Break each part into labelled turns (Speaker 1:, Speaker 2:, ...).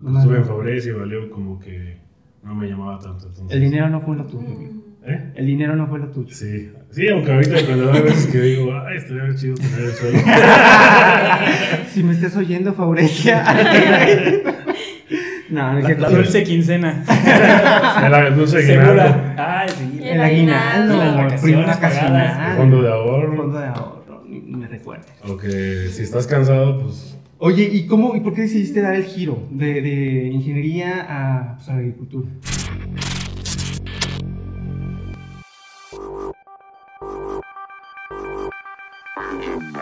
Speaker 1: Cuando estuve en Fabrés y valió como que no me llamaba tanto. Entonces,
Speaker 2: El dinero no fue lo tuyo. güey.
Speaker 3: Mm.
Speaker 1: ¿Eh?
Speaker 2: El dinero no fue lo tuyo.
Speaker 1: Sí, sí, aunque ahorita cuando hay veces que digo, ay, estaría chido tener el sueño.
Speaker 2: Si me estás oyendo, Faurecia. no, no es
Speaker 4: La,
Speaker 2: cierto.
Speaker 4: la dulce quincena.
Speaker 1: Me la no sé qué nada.
Speaker 4: Segura. Ay, sí.
Speaker 3: El
Speaker 2: El aguinaldo,
Speaker 3: aguinaldo,
Speaker 2: el
Speaker 4: las
Speaker 2: primo
Speaker 4: vacaciones
Speaker 2: vacacional,
Speaker 1: Fondo de
Speaker 2: el
Speaker 1: ahorro.
Speaker 2: Ah. fondo de ahorro, ni- ni me recuerda.
Speaker 1: O que si estás cansado, pues
Speaker 2: Oye, ¿y cómo y por qué decidiste dar el giro de, de ingeniería a, pues, a la agricultura?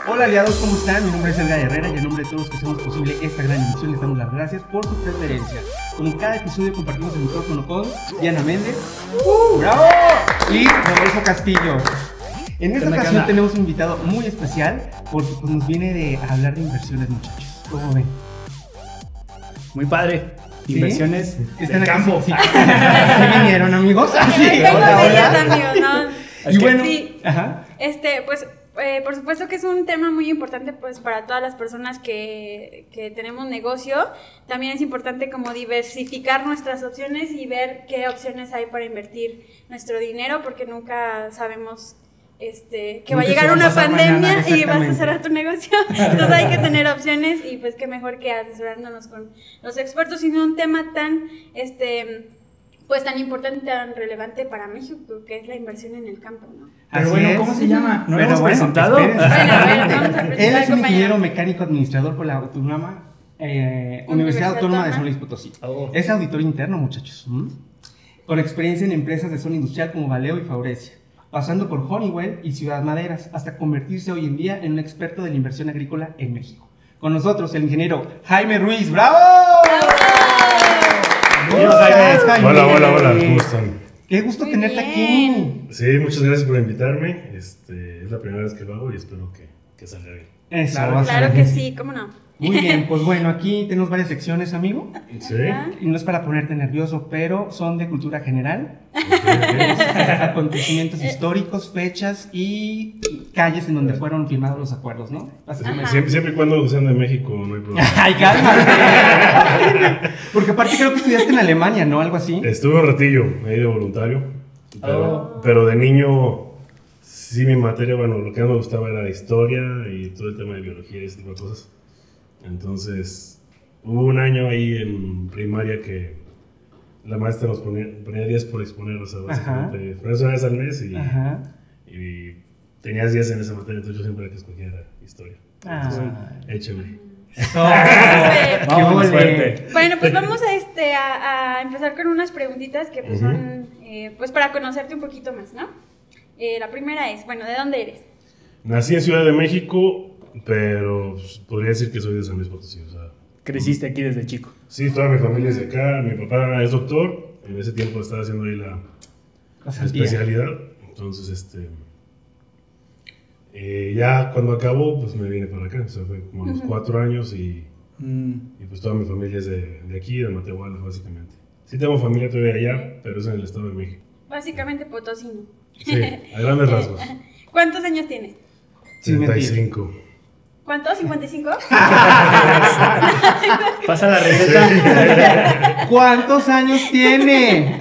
Speaker 2: Hola aliados, ¿cómo están? Mi nombre es Elga Herrera y en nombre de todos los que hacemos posible esta gran emisión les damos las gracias por su preferencia. Como en cada episodio compartimos el micrófono con Diana Méndez ¡Bravo! y Rodolfo Castillo. En esta
Speaker 4: onda, qué
Speaker 2: ocasión
Speaker 4: onda?
Speaker 2: tenemos un invitado muy especial porque pues, nos viene de a hablar de inversiones muchachos. ¿Cómo ven?
Speaker 4: Muy padre. Inversiones del
Speaker 2: aquí,
Speaker 4: campo.
Speaker 2: Sí, sí. ¿Sí vinieron amigos. Sí,
Speaker 3: Vengo
Speaker 2: hola,
Speaker 3: de
Speaker 2: hola.
Speaker 3: ellas, amigos, ¿no?
Speaker 4: Es
Speaker 2: Y
Speaker 4: que-
Speaker 2: bueno,
Speaker 3: Sí.
Speaker 2: ajá.
Speaker 3: Este, pues, eh, por supuesto que es un tema muy importante, pues, para todas las personas que, que tenemos negocio. También es importante como diversificar nuestras opciones y ver qué opciones hay para invertir nuestro dinero, porque nunca sabemos este, que va a
Speaker 2: Nunca
Speaker 3: llegar
Speaker 2: se va a
Speaker 3: una
Speaker 2: pasar
Speaker 3: pandemia
Speaker 2: mañana,
Speaker 3: y vas a
Speaker 2: exactamente.
Speaker 3: cerrar tu negocio. Entonces hay que tener opciones y pues qué mejor que asesorándonos con los expertos y no un tema tan, este, pues tan importante, tan relevante para México, que es la inversión en el campo, ¿no?
Speaker 4: Pero
Speaker 2: Así
Speaker 4: bueno,
Speaker 2: es.
Speaker 4: ¿cómo se llama? ¿No lo
Speaker 2: Pero
Speaker 4: hemos
Speaker 2: bueno,
Speaker 4: presentado?
Speaker 2: espérense.
Speaker 3: Bueno, a ver, vamos a
Speaker 2: Él es
Speaker 3: presentar al
Speaker 2: un ingeniero
Speaker 3: compañero.
Speaker 2: mecánico administrador por la Autónoma eh, Universidad
Speaker 3: Universidad
Speaker 2: Autónoma de
Speaker 3: Autónoma.
Speaker 2: San Luis Potosí.
Speaker 4: Oh.
Speaker 2: Es auditor interno, muchachos. ¿m? Con experiencia en empresas de zona industrial como Valeo y Faurecia, pasando por Honeywell y Ciudad Maderas, hasta convertirse hoy en día en un experto de la inversión agrícola en México. Con nosotros el ingeniero Jaime Ruiz. ¡Bravo! pues,
Speaker 4: Bienvenido, Jaime.
Speaker 2: estás,
Speaker 1: Hola, hola, hola, ¿cómo están?
Speaker 2: Qué gusto
Speaker 3: Muy
Speaker 2: tenerte
Speaker 3: bien.
Speaker 2: aquí.
Speaker 1: Sí, muchas gracias por invitarme. Este, es la primera vez que lo hago y espero que, que salga bien.
Speaker 2: Eso,
Speaker 4: Claro,
Speaker 2: va a ser
Speaker 3: Claro que
Speaker 2: difícil.
Speaker 3: sí, cómo no.
Speaker 2: Muy bien, pues bueno, aquí tenemos varias secciones, amigo.
Speaker 1: ¿Sí?
Speaker 3: Ajá.
Speaker 2: Y no es para ponerte nervioso, pero son de cultura general,
Speaker 1: Ok,
Speaker 2: acontecimientos históricos, fechas y calles en donde fueron firmados los acuerdos, ¿no?
Speaker 1: ok.
Speaker 2: Básicamente.
Speaker 1: Siempre, siempre y cuando sean de México, no hay problema.
Speaker 2: Ay, cálmate. Porque aparte creo que estudiaste en Alemania, ¿no? Algo así.
Speaker 1: Estuve un ratillo ahí de voluntario,
Speaker 2: Ah.
Speaker 1: pero, pero de niño sí mi materia, bueno, lo que más me gustaba era historia y todo el tema de biología y ese tipo de cosas. Entonces, hubo un año ahí en primaria que la maestra nos ponía, ponía 10 por exponer, o sea, básicamente, ponías una vez al mes y,
Speaker 2: Ajá.
Speaker 1: y tenías 10 en esa materia, entonces yo siempre era que escogía era historia.
Speaker 2: Ah,
Speaker 1: Écheme.
Speaker 2: eso.
Speaker 3: Este,
Speaker 4: Vamos,
Speaker 2: Qué
Speaker 4: suerte.
Speaker 3: bueno, pues vamos a, este, a, a empezar con unas preguntitas que pues,
Speaker 1: Ujú.
Speaker 3: son eh, pues para conocerte un poquito más, ¿no? Eh, la primera es, bueno, ¿de dónde eres?
Speaker 1: Nací en Ciudad de México, pero pues, podría decir que soy de San Luis Potosí, o sea.
Speaker 4: Creciste aquí desde chico.
Speaker 1: Sí, toda mi familia es de acá. Mi papá es doctor. En ese tiempo estaba haciendo ahí la
Speaker 2: Pasantía.
Speaker 1: especialidad. Entonces, este. eh, ya cuando acabó, pues me vine para acá. O sea, fue como a los cuatro años y,
Speaker 4: Mm,
Speaker 1: y pues toda mi familia es de, de aquí, de Matehuala, básicamente. Sí tengo familia todavía allá, pero es en el Estado de México.
Speaker 3: Básicamente potosino.
Speaker 1: Sí, a grandes rasgos.
Speaker 3: ¿Cuántos años tienes?
Speaker 2: Sin mentir.
Speaker 1: 35.
Speaker 3: ¿Cuántos? ¿55?
Speaker 4: Pasa la receta.
Speaker 2: ¿Cuántos años tiene?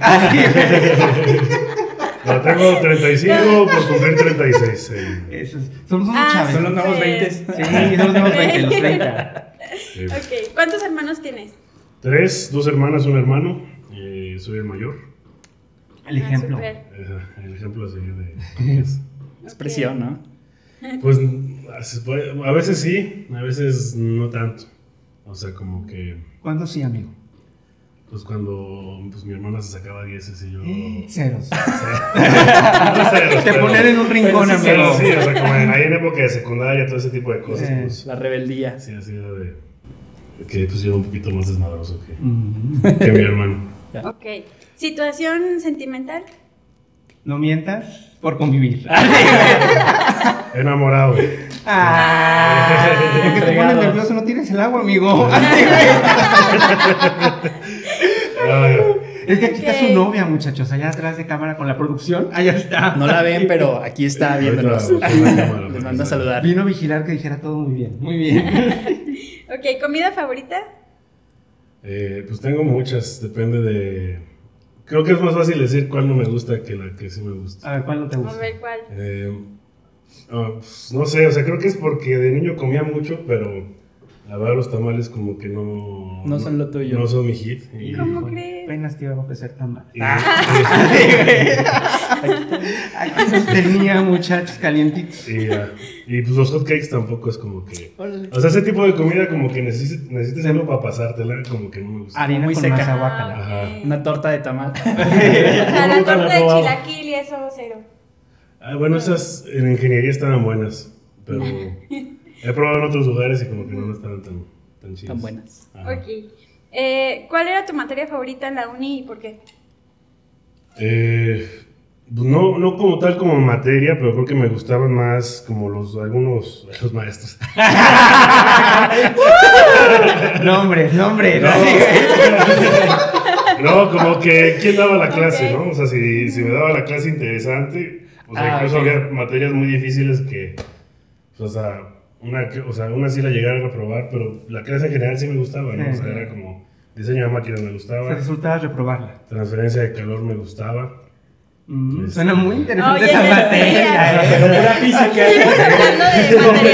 Speaker 1: No, tengo 35 por cumplir 36. eh,
Speaker 2: Eso es. Somos unos
Speaker 3: Ah,
Speaker 2: chaves.
Speaker 4: Son los nuevos
Speaker 3: Sí.
Speaker 4: 20.
Speaker 2: Sí, son los nuevos 20, los 30.
Speaker 1: eh.
Speaker 3: ok. ¿Cuántos hermanos tienes?
Speaker 1: Tres, dos hermanas, un hermano. Eh, soy el mayor.
Speaker 2: El ejemplo.
Speaker 3: Ah, súper.
Speaker 1: Ajá, El ejemplo a seguir de...
Speaker 4: Es presión, ¿no?
Speaker 1: Pues se puede- a veces sí, a veces no tanto. O sea, como que
Speaker 2: ¿Cuántos sí, amigo?
Speaker 1: pues cuando pues, mi hermana se sacaba 10 y yo...
Speaker 2: Ceros.
Speaker 1: No sé,
Speaker 2: Te
Speaker 1: pero-
Speaker 2: ponen en un rincón,
Speaker 4: Pero sí,
Speaker 1: Pero
Speaker 2: amigo.
Speaker 1: sí, o sea, como en, ahí en época de secundaria, todo ese tipo de cosas,
Speaker 2: Sí.
Speaker 1: pues
Speaker 4: La rebeldía.
Speaker 1: sí hacía de... Que pues yo era un poquito más desmadroso que,
Speaker 2: Mm.
Speaker 1: que mi hermano.
Speaker 3: Ok. ¿Situación sentimental?
Speaker 2: No mientas por convivir.
Speaker 1: Enamorado.
Speaker 2: Ah, porque te pones
Speaker 4: Entregado. Ah,
Speaker 2: nervioso, no tienes el agua, amigo.
Speaker 1: Ay,
Speaker 2: es que aquí está su
Speaker 3: Ok.
Speaker 2: novia, muchachos, allá atrás de cámara con la producción. Allá está.
Speaker 4: No la ven, pero aquí está viéndonos.
Speaker 1: Ahorita vamos a la cámara,
Speaker 4: Les
Speaker 1: porque
Speaker 4: mando a
Speaker 1: sabe.
Speaker 4: saludar.
Speaker 2: Vino a vigilar que dijera todo muy bien. Muy bien.
Speaker 3: Ok. ¿Comida favorita?
Speaker 1: Eh, pues tengo muchas, depende de... Creo que es más fácil decir cuál no me gusta que la que sí me gusta.
Speaker 2: A ver, ¿cuál no te
Speaker 3: A
Speaker 2: gusta?
Speaker 3: ver cuál.
Speaker 1: Eh, ah, pues, no sé, o sea, creo que es porque de niño comía mucho, pero la verdad los tamales como que no...
Speaker 4: No son lo tuyo.
Speaker 1: No son mi hit. Y,
Speaker 3: ¿Cómo
Speaker 2: Híjole,
Speaker 3: crees?
Speaker 2: Apenas te iba a ofrecer tan mal.
Speaker 1: y-
Speaker 4: Ah.
Speaker 2: Aquí los tenía, muchachos, calientitos.
Speaker 1: y, ah, y, pues los hotcakes tampoco es como que... O sea, ese tipo de comida como que necesitas, necesitas algo para pasártela, como que no me gusta.
Speaker 2: Harina
Speaker 4: Muy
Speaker 2: con
Speaker 4: seca.
Speaker 2: masa
Speaker 3: Ah,
Speaker 2: guácala.
Speaker 3: ok.
Speaker 4: Una torta de tamal.
Speaker 3: O sea, la
Speaker 1: Nunca la he
Speaker 3: torta de
Speaker 1: probado.
Speaker 3: chilaquil y eso, cero.
Speaker 1: Ah, bueno, esas en ingeniería estaban buenas, pero he probado en otros lugares y como que no, no estaban tan, tan chidas.
Speaker 4: Tan buenas.
Speaker 1: Ajá.
Speaker 3: Ok. Eh, ¿Cuál era tu materia favorita en la uni y por qué?
Speaker 1: Eh, pues no, no como tal como materia, pero creo que me gustaban más como los algunos los maestros.
Speaker 2: Nombre, nombre.
Speaker 1: No, No, como que quién daba la clase,
Speaker 3: Ok.
Speaker 1: ¿no? O sea, si, si me daba la clase interesante, o sea,
Speaker 4: Ah,
Speaker 1: incluso
Speaker 4: ok.
Speaker 1: había materias muy difíciles que, o sea, una, que- o sea, una sí la llegaba a reprobar, pero la clase en general sí me gustaba, ¿no? O sea,
Speaker 2: Ajá.
Speaker 1: era como diseño de máquinas me
Speaker 2: Se
Speaker 1: gustaba,
Speaker 2: resultaba reprobarla.
Speaker 1: transferencia de calor me gustaba.
Speaker 2: Mm,
Speaker 1: Este.
Speaker 2: Suena muy interesante
Speaker 3: Oye,
Speaker 2: esa
Speaker 3: te
Speaker 2: materia. eh.
Speaker 3: Seguimos hablando de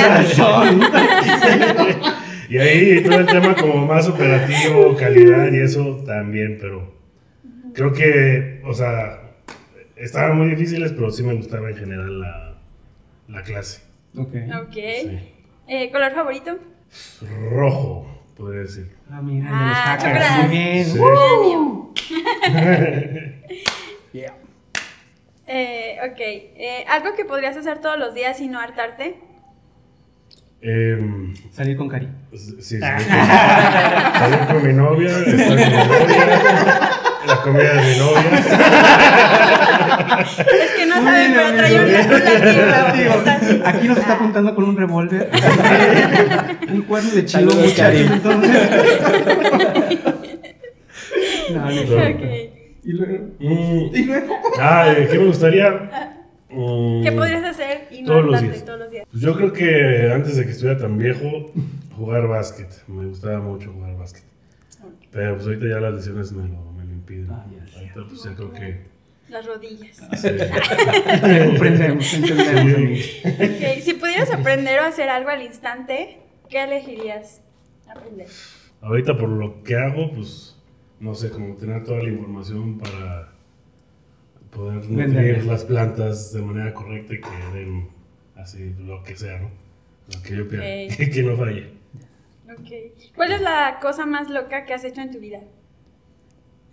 Speaker 3: materias.
Speaker 2: Son.
Speaker 1: Y ahí todo el tema como más operativo, calidad y eso también, pero creo que, o sea, estaban muy difíciles, pero sí me gustaba en general la, la clase.
Speaker 2: Ok.
Speaker 3: Ok.
Speaker 1: Sí.
Speaker 3: Eh, ¿Color favorito?
Speaker 1: Rojo, podría decir.
Speaker 2: Ah, mira,
Speaker 3: Ah,
Speaker 2: me lo sacas.
Speaker 3: chocolate.
Speaker 2: Muy bien.
Speaker 1: Sí.
Speaker 4: Yeah.
Speaker 3: Eh, ok. Eh, ¿Algo que podrías hacer todos los días y no hartarte?
Speaker 1: Em,
Speaker 2: Salir con cariño.
Speaker 1: sí, sí, Salir con mi novia, estar con mi novia, la comida de mi novia.
Speaker 3: Es que no saben, pero trae un
Speaker 2: relativo.
Speaker 3: relativo.
Speaker 2: Aquí nos está apuntando con un revólver. un cuerno de chivo,
Speaker 4: Saludos,
Speaker 2: muchachos.
Speaker 4: Karim.
Speaker 2: Entonces. No, no, no.
Speaker 3: Ok.
Speaker 2: Y luego.
Speaker 1: Mm,
Speaker 2: Y luego.
Speaker 1: ah, eh, ¿qué me gustaría? Mm,
Speaker 3: ¿Qué podrías hacer y no
Speaker 1: Todos los
Speaker 3: hartarte
Speaker 1: días.
Speaker 3: todos los días?
Speaker 1: Pues yo creo que antes de que estuviera tan viejo, jugar básquet. Me gustaba mucho jugar básquet. Pero pues ahorita ya las lesiones me lo, me lo impiden.
Speaker 2: Ah, ya sé.
Speaker 1: Ahorita pues ya creo que...
Speaker 3: Las rodillas.
Speaker 2: Comprendemos, entendemos.
Speaker 1: Sí.
Speaker 3: Ok, Si pudieras aprender o hacer algo al instante, ¿qué elegirías aprender?
Speaker 1: Ahorita por lo que hago, pues no sé, como tener toda la información para poder nutrir
Speaker 2: Venderla.
Speaker 1: las plantas de manera correcta y que den así lo que sea, ¿no? Lo que yo pida,
Speaker 3: Ok.
Speaker 1: que no falle.
Speaker 3: Ok. ¿Cuál es la cosa más loca que has hecho en tu vida?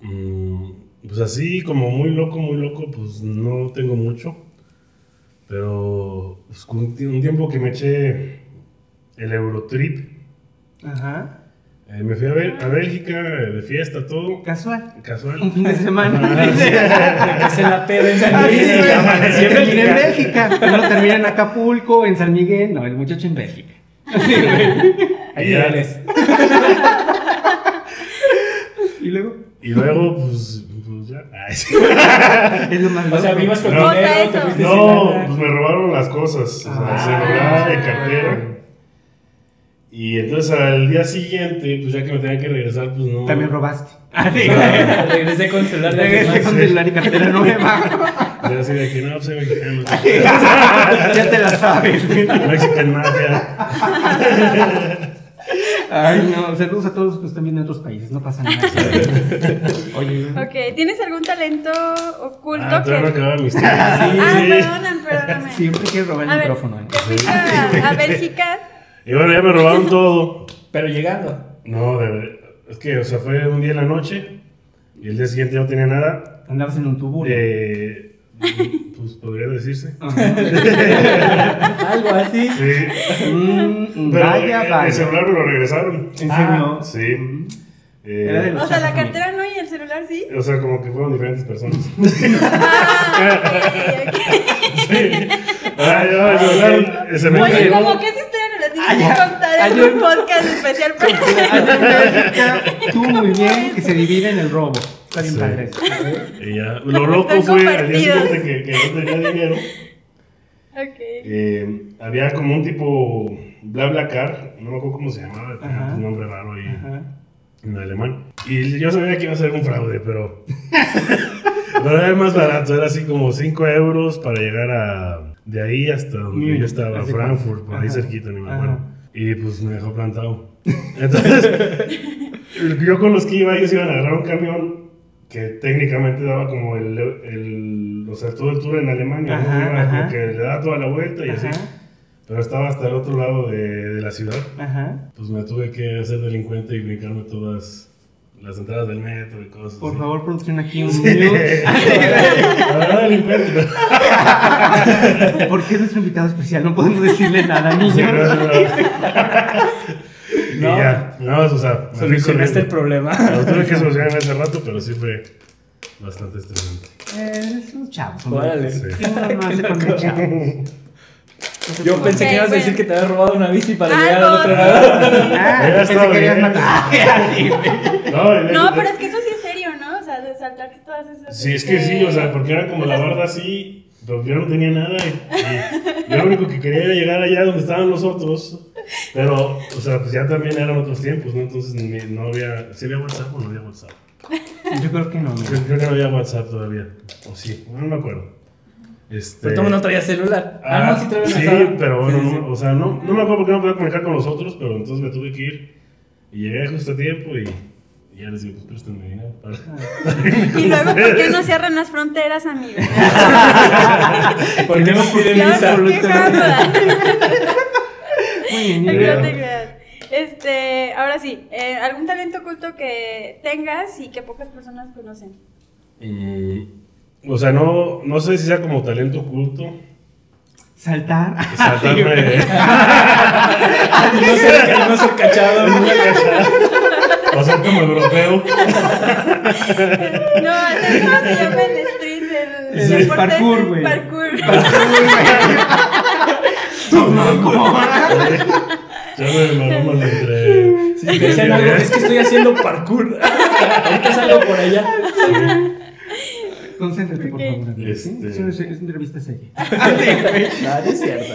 Speaker 1: Mm, pues así como muy loco, muy loco, pues no tengo mucho. Pero pues, con un tie- un tiempo que me eché el Eurotrip,
Speaker 2: Ajá.
Speaker 1: eh, me fui a, Bel- a Bélgica eh, de fiesta, todo,
Speaker 2: Casual.
Speaker 1: casual.
Speaker 2: Un fin de semana.
Speaker 1: Ah, sí.
Speaker 4: Que se la peda en San
Speaker 2: Ah, sí,
Speaker 4: Luis y
Speaker 2: güey.
Speaker 4: amaneció en
Speaker 2: Terminé en
Speaker 4: Bélgica.
Speaker 2: Bélgica. Uno termina en Acapulco, en San Miguel. No, el muchacho en Bélgica. Sí, güey.
Speaker 4: Hay
Speaker 1: Y ya.
Speaker 4: niveles.
Speaker 2: Y luego.
Speaker 1: Y luego, pues, pues ya. Ay, sí.
Speaker 2: Es lo más
Speaker 4: O sea,
Speaker 2: loco.
Speaker 4: vivas con
Speaker 1: No.
Speaker 4: dinero, te
Speaker 3: Cosa
Speaker 4: fuiste sin
Speaker 1: No,
Speaker 4: nada.
Speaker 1: pues me robaron las cosas. O sea,
Speaker 2: Ah.
Speaker 1: celular y cartera. Y entonces al día siguiente, pues ya que me tenía que regresar, pues no.
Speaker 2: También robaste.
Speaker 4: Regresé con celular de alguien
Speaker 2: Regresé
Speaker 4: más.
Speaker 2: con celular y cartera nueva.
Speaker 1: Yo así de que no, pues, soy mexicano.
Speaker 2: ya te la sabes.
Speaker 1: Mexican Mafia.
Speaker 2: Ay, no. Saludos a todos los que están viendo en otros países. No pasa nada. Oye,
Speaker 3: Ok, ¿tienes algún talento oculto
Speaker 1: Ah,
Speaker 3: que...
Speaker 1: todavía no acababa mis temas.
Speaker 3: Ah,
Speaker 1: Sí.
Speaker 3: perdonan, perdóname.
Speaker 2: siempre quiero robar
Speaker 3: A
Speaker 2: el
Speaker 3: ver,
Speaker 2: micrófono. ¿eh?
Speaker 3: te fuiste a, a Bélgica.
Speaker 1: Y bueno, ya me robaron todo.
Speaker 4: Pero llegando.
Speaker 1: No, de verdad. Es que, o sea, fue un día en la noche. Y el día siguiente no tenía nada.
Speaker 2: Andabas en un tubo. Ah,
Speaker 1: Eh, pues podría decirse.
Speaker 4: Algo así.
Speaker 1: Sí.
Speaker 2: Mm,
Speaker 1: Pero eh,
Speaker 2: vaya,
Speaker 1: el-
Speaker 2: vaya.
Speaker 1: el celular me lo regresaron.
Speaker 2: ¿En
Speaker 4: Ah,
Speaker 2: serio?
Speaker 1: Sí. Eh,
Speaker 2: Era de los
Speaker 3: O sea, la
Speaker 2: chafas,
Speaker 3: cartera no y el celular sí.
Speaker 1: O sea, como que fueron diferentes personas.
Speaker 3: Ah, ok,
Speaker 1: Ay, ay, celular, eh, se me
Speaker 3: ok. Oye,
Speaker 1: cayó.
Speaker 3: como que esa historia me la
Speaker 1: Ah,
Speaker 2: Ay,
Speaker 3: tienes que
Speaker 2: ya.
Speaker 3: contar
Speaker 2: Ay,
Speaker 3: en
Speaker 2: yo-
Speaker 3: un podcast especial
Speaker 2: Ahí
Speaker 3: para...
Speaker 2: en Bélgica, Tú muy bien, que se divide en el robo. Está bien
Speaker 1: Sí.
Speaker 2: padre eso.
Speaker 1: Y ya. Lo loco
Speaker 3: Están
Speaker 1: fue al día
Speaker 3: compartidos.
Speaker 1: siguiente que, que no tenía dinero.
Speaker 3: Ok.
Speaker 1: eh, había como un tipo BlaBlaCar, no me acuerdo cómo se llamaba, tenía
Speaker 2: Ajá.
Speaker 1: un nombre raro ahí
Speaker 2: Ajá.
Speaker 1: en alemán. Y yo sabía que iba a ser un fraude, pero. pero era más barato, era así como 5 euros para llegar a. De ahí hasta donde
Speaker 2: Mm,
Speaker 1: yo estaba,
Speaker 2: así
Speaker 1: Frankfurt,
Speaker 2: como-
Speaker 1: por ahí
Speaker 2: ajá,
Speaker 1: cerquita, ni me
Speaker 2: ajá.
Speaker 1: acuerdo. Y pues me dejó plantado. Entonces, yo con los que iba, ellos iban a agarrar un camión que técnicamente daba como el. el- o sea, todo el tour en Alemania, ¿no?
Speaker 2: Ajá,
Speaker 1: Iba
Speaker 2: ajá.
Speaker 1: como que le daba toda la vuelta y
Speaker 2: Ajá,
Speaker 1: así. Pero estaba hasta el otro lado de, de la ciudad.
Speaker 2: ajá.
Speaker 1: Pues me tuve que hacer delincuente y brincarme todas las entradas del metro y cosas.
Speaker 2: Por
Speaker 1: así.
Speaker 2: favor, producción aquí un
Speaker 1: Sí.
Speaker 2: mute.
Speaker 1: La verdad, delincuente.
Speaker 2: Porque es nuestro invitado especial, no podemos decirle nada,
Speaker 1: Sí,
Speaker 2: niño.
Speaker 1: no, no, no.
Speaker 4: No.
Speaker 1: Y ya, no, o sea, me fui
Speaker 4: Solucionaste el
Speaker 1: corriendo.
Speaker 4: problema.
Speaker 1: Lo tuve que solucionar en ese rato, pero sí fue bastante estresante.
Speaker 2: Eh, Es un chavo.
Speaker 4: Órale.
Speaker 1: Sí.
Speaker 2: ¿Qué uno no hace cuando es chavo?
Speaker 4: Yo pensé que ibas a decir que te habías robado una bici para llegar al
Speaker 3: Ah, no,
Speaker 4: otro lado.
Speaker 2: Ah,
Speaker 1: Hubiera
Speaker 2: pensé que
Speaker 1: estado
Speaker 2: querías
Speaker 1: bien.
Speaker 2: matar. Así, güey.
Speaker 1: No, y-
Speaker 3: No, pero es que eso sí es serio, ¿no? O sea, de saltarte todas esas.
Speaker 1: Sí, es que
Speaker 3: este,
Speaker 1: sí, o sea, porque era como la barda así, pero yo no tenía nada y, y yo lo único que quería era llegar allá donde estaban los otros, pero, o sea, pues ya también eran otros tiempos, ¿no? Entonces ni- no había, ¿sí había WhatsApp o no había WhatsApp?
Speaker 2: Yo creo que no, güey.
Speaker 1: Yo creo que no había WhatsApp todavía, o sí, no me acuerdo. Este,
Speaker 4: Pero todo no traía celular. Ah, no, sí traía una
Speaker 1: sí,
Speaker 4: sala.
Speaker 1: pero
Speaker 4: Sí,
Speaker 1: bueno,
Speaker 4: sí.
Speaker 1: no- o sea, no, no me acuerdo por qué no podía comunicar con los otros, pero entonces me tuve que ir y llegué justo a tiempo y, y ya les digo, pues préstenme dinero para...
Speaker 3: Y luego, ¿por qué no cierran las fronteras, amigos?
Speaker 4: ¿Por qué nos piden
Speaker 3: Claro,
Speaker 4: visa?
Speaker 3: qué joda.
Speaker 2: Muy bien,
Speaker 3: Ay,
Speaker 2: niño.
Speaker 1: Yeah.
Speaker 3: no te creas. Este, ahora sí, eh, algún talento oculto que tengas y que pocas personas conocen.
Speaker 1: Mm, o sea, no, no sé si sea como talento oculto.
Speaker 2: Saltar.
Speaker 4: Ah,
Speaker 1: Saltarme.
Speaker 4: No ser, no ser cachado.
Speaker 1: o sea, como europeo.
Speaker 3: No, ¿sabes ¿cómo se llama el street? El,
Speaker 2: Es el
Speaker 3: deporte
Speaker 2: parkour,
Speaker 3: ese?
Speaker 2: güey.
Speaker 3: Parkour.
Speaker 1: Ya me maman entre.
Speaker 4: Si te dicen algo, es que estoy haciendo parkour. Ahorita salgo por allá.
Speaker 2: Concéntrate, por
Speaker 3: Ok.
Speaker 2: favor. amigo, ¿sí?
Speaker 1: Este-
Speaker 2: Es una- es una revista seria.
Speaker 4: No, no es cierto.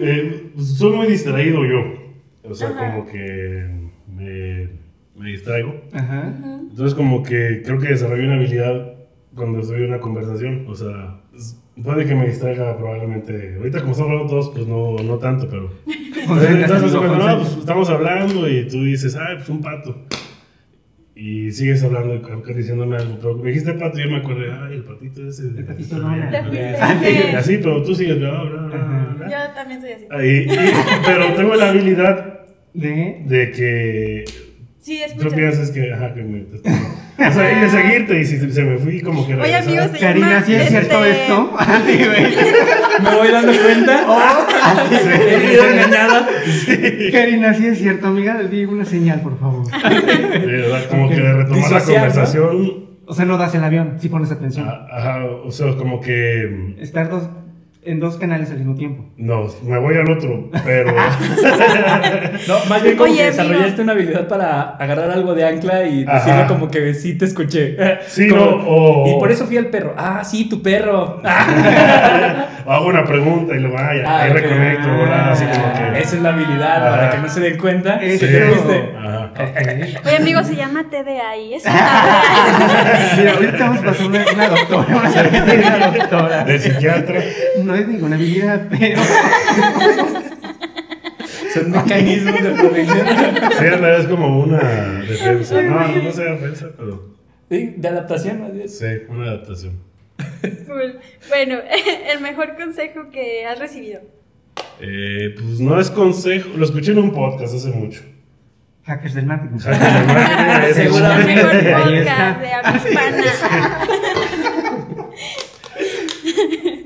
Speaker 1: Eh, pues, soy muy distraído yo. O sea,
Speaker 3: Ajá.
Speaker 1: como que me, me distraigo.
Speaker 2: Ajá.
Speaker 1: Entonces, como que creo que desarrollé una habilidad cuando estoy en una conversación. O sea, s- puede que me distraiga probablemente. Ahorita, como estamos hablando todos, pues no, no tanto, pero.
Speaker 2: Concéntrate,
Speaker 1: Entonces,
Speaker 2: amigo,
Speaker 1: cuando, no, pues,
Speaker 2: concéntrate.
Speaker 1: estamos hablando y tú dices, ah, pues un pato. Y sigues hablando y acá diciéndome algo. Pero me dijiste pato y yo me acordé, ay, el patito ese.
Speaker 2: El patito Donald.
Speaker 3: Te
Speaker 1: Ah,
Speaker 3: fuiste,
Speaker 1: sí,
Speaker 3: sí.
Speaker 1: y Así, pero tú sigues, bla, bla, bla, bla, bla.
Speaker 3: Yo también soy así.
Speaker 1: Ah, y- y- pero tengo la habilidad
Speaker 2: De.
Speaker 1: de que
Speaker 3: Sí,
Speaker 1: tú
Speaker 3: escucha.
Speaker 1: piensas que, ajá, que me. O sea, y de seguirte y si se- se me fui como que
Speaker 3: Oye,
Speaker 1: regresaba.
Speaker 3: amigos, se
Speaker 2: Karina,
Speaker 3: llama,
Speaker 2: ¿sí es cierto
Speaker 3: este,
Speaker 2: esto? Así, güey.
Speaker 4: Me voy dando cuenta. He sido engañada.
Speaker 2: Karina, ¿sí es cierto, amiga? Di una señal, por favor.
Speaker 1: De verdad, como que de retomar la
Speaker 4: Disociar, ¿no?
Speaker 1: conversación.
Speaker 2: O sea, no das el avión, si pones atención.
Speaker 1: ah, Ajá, o sea, como que. mm,
Speaker 2: Estar dos, en dos canales al mismo tiempo.
Speaker 1: No, me voy al otro, pero.
Speaker 4: No, más bien como
Speaker 3: Oye,
Speaker 4: que
Speaker 3: amigo.
Speaker 4: desarrollaste una habilidad para agarrar algo de ancla y
Speaker 1: Ajá.
Speaker 4: decirle como que sí te escuché.
Speaker 1: Sí,
Speaker 4: Como,
Speaker 1: no, o-
Speaker 4: Y por eso fui al perro. Ah, sí, tu perro. Ah,
Speaker 1: hago una pregunta y luego, ah, ya, ahí
Speaker 4: ok. Ah,
Speaker 1: reconecto, ¿verdad? Así como que.
Speaker 4: Esa es la habilidad
Speaker 1: Ajá.
Speaker 4: para que no se den cuenta.
Speaker 2: Sí.
Speaker 4: ¿Te viste?
Speaker 1: Ajá.
Speaker 2: Ok.
Speaker 3: Oye, amigos, se llama TDAI. Es una-
Speaker 2: Mira, ahorita vamos a pasar una, una doctora, una tarjeta de una doctora.
Speaker 1: Del psiquiatra.
Speaker 2: No es ninguna habilidad, pero.
Speaker 4: Son mecanismos de protección.
Speaker 1: Sí, en verdad es como una defensa. No, no sé defensa, pero.
Speaker 4: Sí, de adaptación, más bien.
Speaker 1: Sí, una adaptación.
Speaker 3: Cool. Bueno, el mejor consejo que has recibido.
Speaker 1: Eh, pues no es consejo. Lo escuché en un podcast hace mucho.
Speaker 2: Hackers del marketing.
Speaker 3: El
Speaker 4: Seguramente.
Speaker 3: mejor
Speaker 2: Ahí
Speaker 3: podcast
Speaker 2: está.
Speaker 3: de habla hispana.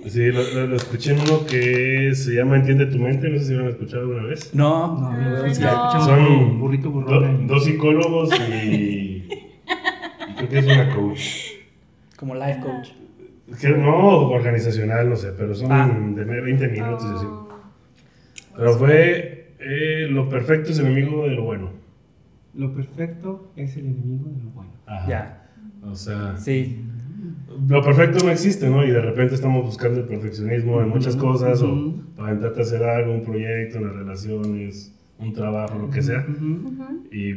Speaker 1: Sí, lo, lo- lo escuché en uno que se llama Entiende tu mente. No sé si lo han escuchado alguna vez.
Speaker 4: No,
Speaker 2: No,
Speaker 4: no,
Speaker 2: amigo,
Speaker 3: Ay,
Speaker 2: es que escuchamos
Speaker 1: Son
Speaker 2: burrito
Speaker 1: do-
Speaker 2: burrón.
Speaker 1: dos psicólogos y. y creo que es una coach.
Speaker 4: Como
Speaker 3: Ah.
Speaker 4: life coach.
Speaker 1: Que no organizacional, no sé, pero son
Speaker 4: Ah.
Speaker 1: de 20 minutos y así.
Speaker 3: Oh.
Speaker 1: Pero fue eh, lo perfecto es enemigo de lo bueno.
Speaker 2: Lo perfecto es el enemigo de lo bueno.
Speaker 1: Ajá.
Speaker 4: Ya,
Speaker 1: O sea,
Speaker 4: sí.
Speaker 1: lo perfecto no existe, ¿no? Y de repente estamos buscando el perfeccionismo en muchas cosas
Speaker 2: ujú.
Speaker 1: o para intentarte hacer algo, un proyecto, en las relaciones, un trabajo, lo que sea.
Speaker 2: Ujú.
Speaker 3: Ujú.
Speaker 1: Y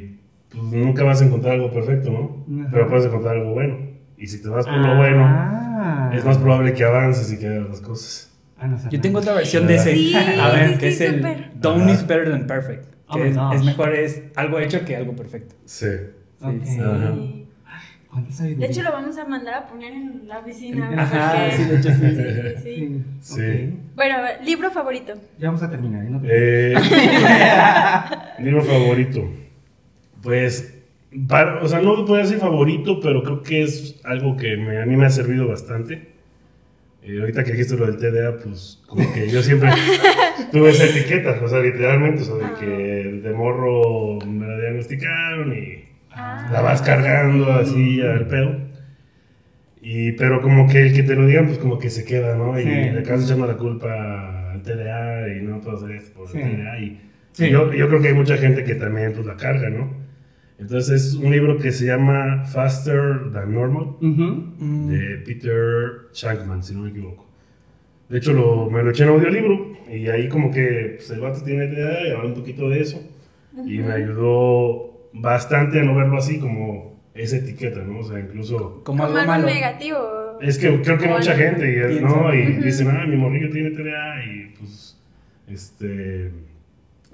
Speaker 1: pues nunca vas a encontrar algo perfecto, ¿no?
Speaker 2: Ajá.
Speaker 1: Pero puedes encontrar algo bueno. Y si te vas por lo bueno,
Speaker 2: Ah.
Speaker 1: es más probable que avances y que hagas las cosas.
Speaker 2: Ah, no,
Speaker 4: Yo tengo otra versión de ese.
Speaker 3: Sí,
Speaker 4: a ver,
Speaker 3: sí,
Speaker 4: que
Speaker 3: sí,
Speaker 4: es el
Speaker 3: súper.
Speaker 4: Done
Speaker 1: Ajá.
Speaker 4: is better than perfect. que
Speaker 2: Oh my
Speaker 4: es,
Speaker 2: gosh.
Speaker 4: es mejor es algo hecho que algo perfecto.
Speaker 1: Sí.
Speaker 4: Sí,
Speaker 2: Ok.
Speaker 4: sí.
Speaker 1: Ajá.
Speaker 3: Sí.
Speaker 2: ¿Cuánta
Speaker 3: De
Speaker 2: sabiduría?
Speaker 3: hecho, lo vamos a mandar a poner en la oficina.
Speaker 4: Ajá,
Speaker 3: porque-
Speaker 4: sí, de hecho sí.
Speaker 3: Sí, sí, sí.
Speaker 1: Sí.
Speaker 2: Ok.
Speaker 3: Bueno, a ver, libro favorito.
Speaker 2: Ya vamos a terminar, ¿eh? No te-
Speaker 1: Eh, libro favorito. Pues, para- o sea, no podría decir favorito, pero creo que es algo que me- a mí me ha servido bastante. Eh, ahorita que dijiste lo del TDA, pues como que yo siempre tuve esa etiqueta, o sea, literalmente, o sea, de que de morro me la diagnosticaron y la vas cargando así al pedo. Y, pero como que el que te lo digan, pues como que se queda, ¿no? Y
Speaker 2: Sí.
Speaker 1: le acabas echando la culpa al TDA y no puedo hacer esto pues, por
Speaker 2: Sí.
Speaker 1: el TDA. Y
Speaker 2: Sí.
Speaker 1: yo, yo creo que hay mucha gente que también pues, la carga, ¿no? Entonces es un libro que se llama Faster Than Normal
Speaker 2: Ujú.
Speaker 4: Mm.
Speaker 1: de Peter Shankman, si no me equivoco. De hecho, lo, me lo eché en audiolibro y ahí como que pues, el vato tiene TDA y habla un poquito de eso. Y me ayudó bastante a no verlo así como esa etiqueta, ¿no? O sea, incluso...
Speaker 4: Como algo
Speaker 3: algo
Speaker 4: malo.
Speaker 3: negativo.
Speaker 1: Es que creo que
Speaker 3: Como
Speaker 1: mucha
Speaker 3: algo-
Speaker 1: gente, y,
Speaker 4: Piensa.
Speaker 1: ¿no? Y
Speaker 3: Ujú.
Speaker 1: dicen, ah, mi morrillo tiene TDA y pues, este,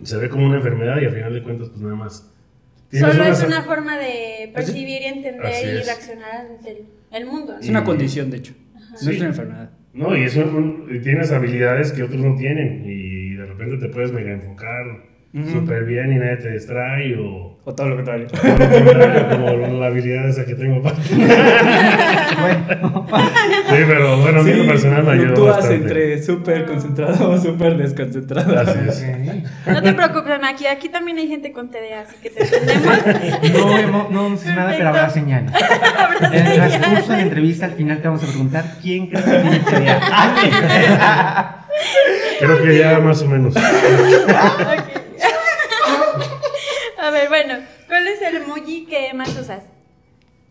Speaker 1: se ve como una enfermedad y al final de cuentas, pues nada más. Tienes
Speaker 3: Solo es
Speaker 1: sa-
Speaker 3: una forma de percibir y
Speaker 1: Así
Speaker 3: entender y
Speaker 1: es.
Speaker 3: reaccionar ante el, el mundo. ¿no?
Speaker 4: Es una
Speaker 1: Y-
Speaker 4: condición, de hecho.
Speaker 1: Sí.
Speaker 4: No es una enfermedad.
Speaker 1: No, y eso tienes habilidades que otros no tienen y de repente te puedes mega enfocar
Speaker 4: Ujú.
Speaker 1: súper bien y nadie te distrae o...
Speaker 4: O todo lo contrario.
Speaker 1: o lo contrario, Como la habilidad esa que tengo para...
Speaker 2: Bueno,
Speaker 1: Sí, pero bueno, a mí en lo personal me ayudó
Speaker 4: fluctúas
Speaker 1: bastante.
Speaker 4: entre súper concentrado o súper desconcentrado.
Speaker 1: Así es.
Speaker 2: ok.
Speaker 3: No te preocupes, Ana, aquí, aquí también hay gente con TDA, así que te entendemos.
Speaker 2: No hemos, no hemos hecho nada, pero habrá señales.
Speaker 3: Habrá
Speaker 2: En el
Speaker 3: señal.
Speaker 2: transcurso de la entrevista, al final te vamos a preguntar quién crees que tiene TDA.
Speaker 1: Creo que ya más o menos. Ah,
Speaker 3: A ver, bueno, ¿cuál es el emoji que más usas?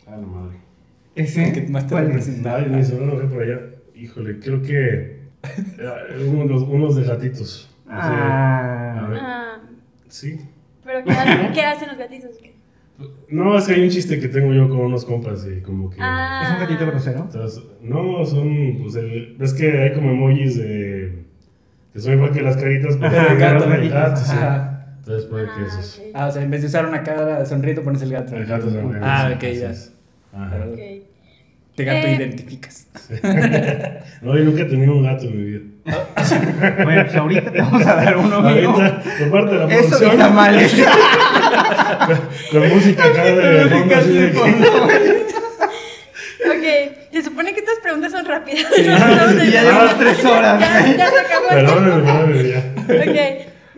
Speaker 1: Ah, la madre.
Speaker 2: ¿Ese?
Speaker 4: Que más te
Speaker 2: ¿Cuál es?
Speaker 4: representa.
Speaker 1: Ay, mi sobrino fue por allá. Híjole, creo que eh, unos, unos de gatitos. Así de- a
Speaker 2: Ah,
Speaker 1: ver,
Speaker 3: Ah,
Speaker 1: sí.
Speaker 3: ¿Pero qué hacen, qué hacen los gatitos?
Speaker 1: No, es que hay un chiste que tengo yo con unos compas y como que...
Speaker 3: Ah.
Speaker 2: ¿Es un gatito grosero?
Speaker 1: Entonces, no, son, pues, el, ves que hay como emojis de... Que son igual que las caritas, pero
Speaker 4: Ajá,
Speaker 1: de
Speaker 4: gato,
Speaker 1: gato, de gato, sí.
Speaker 4: Ajá.
Speaker 1: Entonces puede que esos.
Speaker 3: ok.
Speaker 4: Ah, o sea, en vez de usar una cara sonriente, pones el gato.
Speaker 1: El gato también.
Speaker 4: Ah,
Speaker 1: sí,
Speaker 4: ok, ya.
Speaker 1: así es. Ajá.
Speaker 3: Ok.
Speaker 4: Te Este gato
Speaker 3: Eh.
Speaker 4: identificas.
Speaker 1: No, yo nunca he tenido un gato en mi vida.
Speaker 2: Bueno, pues ahorita te vamos a dar uno, amigo.
Speaker 1: Ahorita, por parte de la
Speaker 2: Eso
Speaker 1: producción,
Speaker 2: está mal.
Speaker 1: con música acá de fondo así de que-
Speaker 3: Ok, se supone que estas preguntas son rápidas.
Speaker 2: Y ya llevamos tres horas.
Speaker 3: Ya, ya se acabó el
Speaker 1: Perdónenme, perdónenme, ya.
Speaker 3: tiempo. Ok,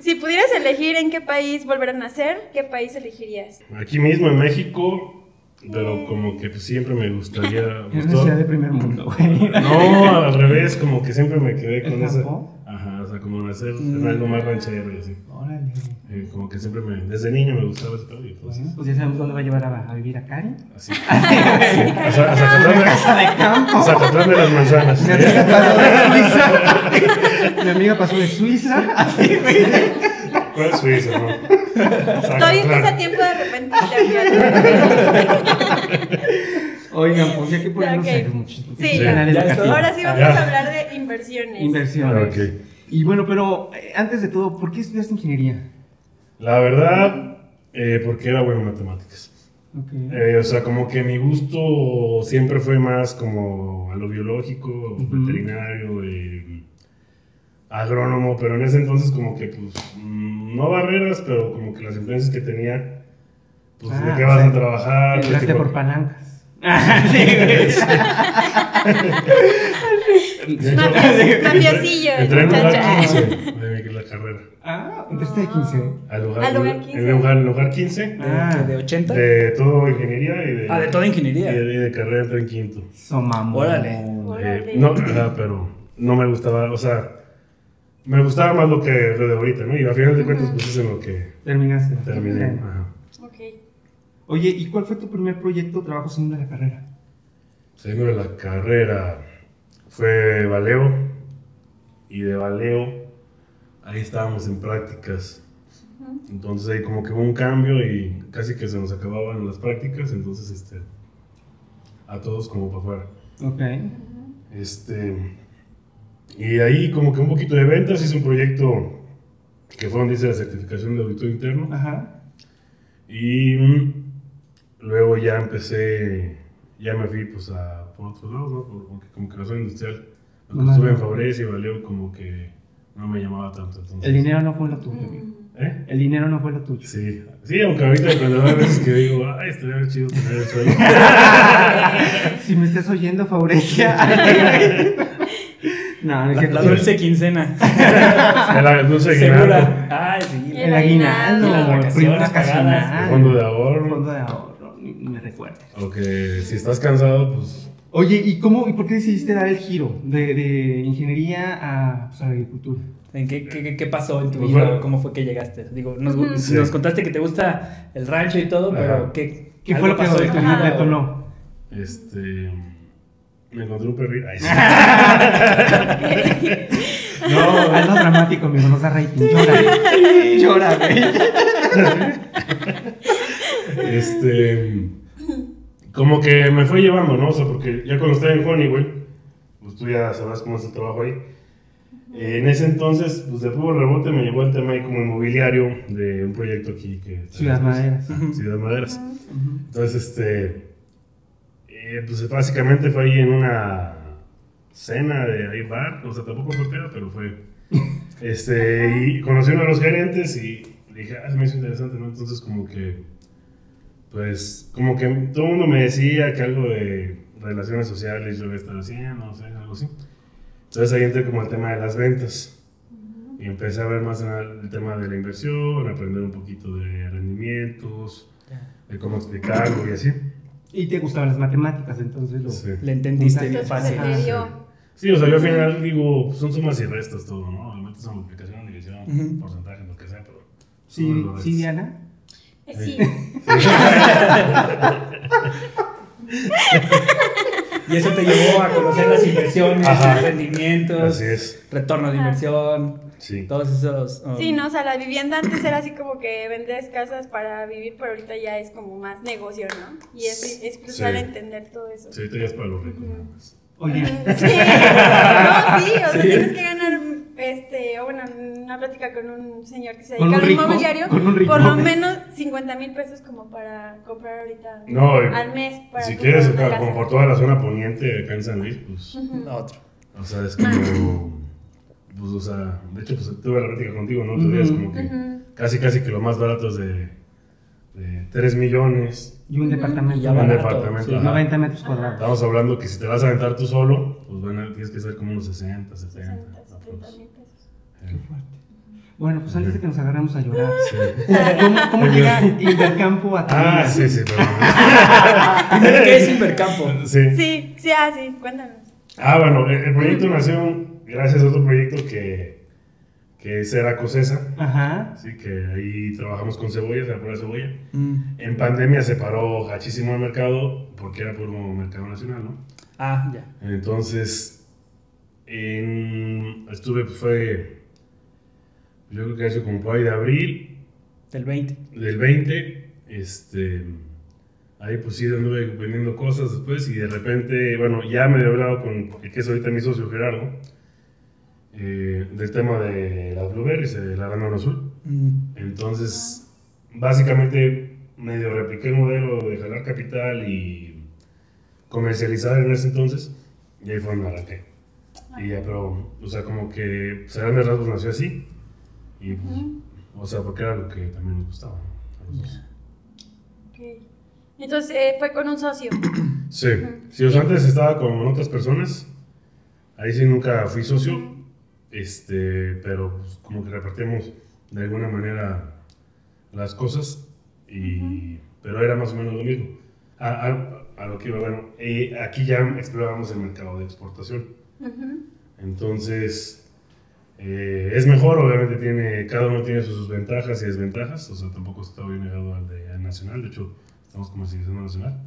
Speaker 3: si pudieras elegir en qué país volver a nacer, ¿qué país elegirías?
Speaker 1: Aquí mismo en México, pero como que pues, siempre me gustaría.
Speaker 2: Es
Speaker 1: pues,
Speaker 2: una
Speaker 1: todo-
Speaker 2: ciudad de primer mundo, güey.
Speaker 1: No, al revés, como que siempre me quedé
Speaker 2: ¿En
Speaker 1: con esa.
Speaker 2: Japón?
Speaker 1: Ajá, o sea, como nacer en algo más ranchero y así.
Speaker 2: Órale.
Speaker 1: Eh, como que siempre me. Desde niño me gustaba ese pedo y entonces.
Speaker 2: Bueno, pues ya sabemos dónde va a llevar a, a vivir a Karen.
Speaker 4: Pues
Speaker 1: Así. A Sa- a Zacatlán de-
Speaker 2: Casa de campo.
Speaker 1: a Zacatlán de las manzanas.
Speaker 2: Mi amiga pasó de Suiza. Mi amiga pasó de Suiza. Así, güey.
Speaker 1: ¿Cuál es Suiza, no?
Speaker 3: Todavía estás a
Speaker 1: Zacatlán.
Speaker 3: tiempo de arrepentirte.
Speaker 2: Oigan, pues ya que podemos
Speaker 3: Ok.
Speaker 2: hacer muchos muchos
Speaker 3: Sí,
Speaker 2: canales
Speaker 4: ya es
Speaker 2: educativos.
Speaker 4: todo.
Speaker 3: Ahora sí vamos a hablar de inversiones.
Speaker 2: Inversiones.
Speaker 1: Ok.
Speaker 2: Y bueno, pero eh, antes de todo, ¿por qué estudiaste ingeniería?
Speaker 1: La verdad, eh, porque era bueno en matemáticas.
Speaker 2: Ok.
Speaker 1: Eh, o sea, como que mi gusto siempre fue más como a lo biológico, veterinario, eh, agrónomo, pero en ese entonces como que pues mm, no barreras, pero como que las influencias que tenía, pues
Speaker 2: Ah,
Speaker 1: de qué
Speaker 2: o
Speaker 1: vas
Speaker 2: sea,
Speaker 1: a trabajar, pues,
Speaker 2: Entraste
Speaker 1: tipo-
Speaker 2: por palancas. Ah, Sí, güey.
Speaker 1: de hecho,
Speaker 3: Mafias- mafiosillo,
Speaker 1: Entré en
Speaker 3: muchacha.
Speaker 1: lugar 15 de mi- la carrera.
Speaker 2: Ah, entraste de 15.
Speaker 1: Al lugar,
Speaker 3: Al lugar 15.
Speaker 1: En lugar, en lugar 15
Speaker 2: Ah.
Speaker 4: Ah, de 80.
Speaker 1: de todo ingeniería y de,
Speaker 4: ah, de toda
Speaker 1: y
Speaker 4: ingeniería.
Speaker 1: de, y de carrera entré en quinto.
Speaker 2: Somamo.
Speaker 4: Órale.
Speaker 1: Eh,
Speaker 3: Órale.
Speaker 1: no, ajá, pero no me gustaba, o sea, me gustaba más lo que lo de ahorita, ¿no? Y al final de cuentas, pues es en lo que
Speaker 2: Terminaste.
Speaker 1: terminé. Ajá.
Speaker 3: Ok.
Speaker 2: Oye, ¿y cuál fue tu primer proyecto o trabajo saliendo de la carrera?
Speaker 1: Saliendo de la carrera, fue Valeo, y de Valeo, ahí estábamos en prácticas.
Speaker 3: Ujú.
Speaker 1: Entonces ahí como que hubo un cambio y casi que se nos acababan las prácticas, entonces este, a todos como para afuera.
Speaker 2: Ok.
Speaker 1: Este, y ahí como que un poquito de ventas, hice un proyecto que fue donde hice la certificación de auditor interno.
Speaker 2: Ajá.
Speaker 1: Y mm, luego ya empecé, ya me fui pues a, por otros lados, ¿no? Por- Porque como que la zona industrial, lo que
Speaker 2: Ajá.
Speaker 1: estuve en Fabrés y Valeo como que no me llamaba tanto. Entonces,
Speaker 2: El dinero no fue lo tuyo.
Speaker 3: Mm.
Speaker 2: amigo.
Speaker 1: ¿Eh?
Speaker 2: El dinero no fue lo tuyo.
Speaker 1: Sí, sí, aunque ahorita cuando a veces que digo, ay, estaría chido tener el sueño.
Speaker 2: Si me estás oyendo, Faurecia. no, no es
Speaker 4: La,
Speaker 2: cierto.
Speaker 4: la dulce quincena.
Speaker 1: El a- no sé,
Speaker 4: Segura. Ay, sí.
Speaker 3: El
Speaker 2: El aguinaldo,
Speaker 3: aguinaldo.
Speaker 4: Las
Speaker 2: el primo
Speaker 4: vacaciones
Speaker 2: vacacional.
Speaker 1: el
Speaker 4: pagadas.
Speaker 1: fondo de
Speaker 2: El
Speaker 1: ahorro.
Speaker 2: fondo de ahorro, ni- ni me recuerda.
Speaker 1: O que si estás cansado, pues
Speaker 2: Oye, ¿y cómo y por qué decidiste dar el giro de, de ingeniería a pues, a agricultura?
Speaker 4: ¿En qué, qué, qué- qué pasó en tu
Speaker 1: Pues
Speaker 4: vida?
Speaker 1: bueno.
Speaker 4: ¿Cómo fue que llegaste? Digo, nos,
Speaker 3: Ujú.
Speaker 4: nos
Speaker 1: Sí.
Speaker 4: contaste que te gusta el rancho y todo, pero
Speaker 1: Ajá.
Speaker 4: ¿qué,
Speaker 2: ¿Qué
Speaker 4: algo
Speaker 2: fue lo que
Speaker 4: pasó en tu
Speaker 2: detonó?
Speaker 4: vida?
Speaker 2: detonó?
Speaker 1: este. Me encontré un perrito. Ay, sí.
Speaker 2: No, es lo dramático, amigo, no da rating. Llora, llora, güey.
Speaker 1: Este. Como que me fue llevando, ¿no? O sea, porque ya cuando estaba en Honeywell, pues tú ya sabrás cómo es el trabajo ahí. Eh, en ese entonces, pues de puro rebote me llevó el tema ahí como inmobiliario de un proyecto aquí que.
Speaker 2: Ciudad Madera.
Speaker 1: Ciudad Maderas.
Speaker 3: Mm,
Speaker 1: Entonces, este. eh, pues básicamente fue ahí en una cena de ahí bar, o sea, tampoco fue peda, pero fue. Este, y conocí a uno de los gerentes y dije, ah, se me hizo interesante, ¿no? Entonces, como que. Pues, como que todo el mundo me decía que algo de relaciones sociales yo había estado haciendo, no sé, algo así. Entonces ahí entré como al tema de las ventas. Y empecé a ver más en el el tema de la inversión, aprender un poquito de rendimientos, de cómo explicarlo y así.
Speaker 2: Y te gustaban las matemáticas, entonces lo.
Speaker 1: Sí.
Speaker 4: Le entendiste bien
Speaker 3: Entonces,
Speaker 4: fácil.
Speaker 3: se te dio.
Speaker 1: Sí, o sea, yo al final digo, pues, son sumas y restas todo, ¿no? Le metes a multiplicación, división,
Speaker 4: Ujú.
Speaker 1: porcentaje, lo que sea, pero.
Speaker 2: Sí,
Speaker 1: sumas, lo
Speaker 2: sí,
Speaker 1: restas.
Speaker 2: Diana.
Speaker 3: Eh, Sí.
Speaker 4: Y eso te llevó a conocer las inversiones,
Speaker 1: Ajá.
Speaker 4: los rendimientos,
Speaker 1: Así es.
Speaker 4: retorno de inversión,
Speaker 1: Sí.
Speaker 4: todos esos. um,
Speaker 3: Sí, no, o sea, la vivienda antes era así como que vendes casas para vivir, pero ahorita ya es como más negocio, ¿no? Y es, es crucial
Speaker 1: Sí.
Speaker 3: entender todo eso.
Speaker 1: Sí, ahorita ya es para los ricos. Pues, nada más.
Speaker 3: Sí,
Speaker 2: Oye,
Speaker 3: no, sí, o sea,
Speaker 4: Sí.
Speaker 3: tienes que ganar este, o bueno, una plática con un señor que se
Speaker 2: ¿Con
Speaker 3: dedica
Speaker 2: un
Speaker 3: al
Speaker 2: rico?
Speaker 3: inmobiliario,
Speaker 2: ¿Con un rico?
Speaker 3: por lo menos 50 mil pesos como para comprar ahorita
Speaker 1: No, y-
Speaker 3: al mes. Ah, Para
Speaker 1: Si
Speaker 3: comprar
Speaker 1: quieres,
Speaker 3: una
Speaker 1: acá,
Speaker 3: casa.
Speaker 1: como por toda la zona poniente acá en San Luis, pues.
Speaker 3: Ujú.
Speaker 4: Otro.
Speaker 1: O sea, es como. Pues, o sea, de hecho, pues tuve la plática contigo, ¿no? Tú dices como que.
Speaker 3: Ujú.
Speaker 1: Casi, casi que lo más barato es de, de 3 millones.
Speaker 2: y un
Speaker 4: Y ya
Speaker 2: departamento.
Speaker 1: Un
Speaker 4: barato,
Speaker 1: departamento.
Speaker 4: sí.
Speaker 1: ajá.
Speaker 2: 90 metros cuadrados.
Speaker 1: Estamos hablando que si te vas a aventar tú solo, pues van a- tienes que ser como unos 60, 70.
Speaker 3: 60,
Speaker 1: Pues,
Speaker 3: 70 mil pesos.
Speaker 1: aprox.
Speaker 2: Bueno, pues antes de que nos agarremos a llorar.
Speaker 1: Sí.
Speaker 2: ¿Cómo, cómo llega Intercampo a tu
Speaker 1: eh, Ah,
Speaker 2: vida?
Speaker 1: sí, sí,
Speaker 4: Primero, ¿Qué es
Speaker 1: perdón.
Speaker 4: Invercampo?
Speaker 1: sí.
Speaker 3: Sí, sí, ah, sí, cuéntanos.
Speaker 1: Ah, bueno, el el proyecto nació gracias a otro proyecto que, que es Eracocesa.
Speaker 2: Ajá.
Speaker 1: Así que ahí trabajamos con cebollas, la pura cebolla.
Speaker 4: Mm.
Speaker 1: En pandemia se paró gachísimo el mercado porque era puro mercado nacional, ¿no?
Speaker 4: Ah, ya.
Speaker 1: Entonces, en- estuve, pues, fue, yo creo que eso como por ahí de abril,
Speaker 4: Del 20.
Speaker 1: del 20, este, ahí pues sí anduve vendiendo cosas después y de repente, bueno, ya me había hablado con el que es ahorita mi socio Gerardo, eh, del tema de las blueberries, el arándano azul.
Speaker 4: Mm.
Speaker 1: Entonces, básicamente medio repliqué el modelo de jalar capital y comercializar en ese entonces. Y ahí fue donde arranqué. Y ya, pero, o sea, como que pues, a grandes rasgos nació así. Y pues, o sea, porque era lo que también nos gustaba. ¿no? A los dos.
Speaker 3: Ok. Entonces eh, fue con un socio.
Speaker 1: Sí, sí, o sea, antes estaba con otras personas. Ahí sí nunca fui socio. Este, pero pues, como que repartíamos de alguna manera las cosas. Y, Pero era más o menos lo mismo. A, a- a lo que iba, bueno, eh, aquí ya explorábamos el mercado de exportación.
Speaker 3: Ujú.
Speaker 1: Entonces, eh, es mejor, obviamente tiene, cada uno tiene sus ventajas y desventajas, o sea, tampoco está bien negado al de al nacional, de hecho, estamos comercializando nacional.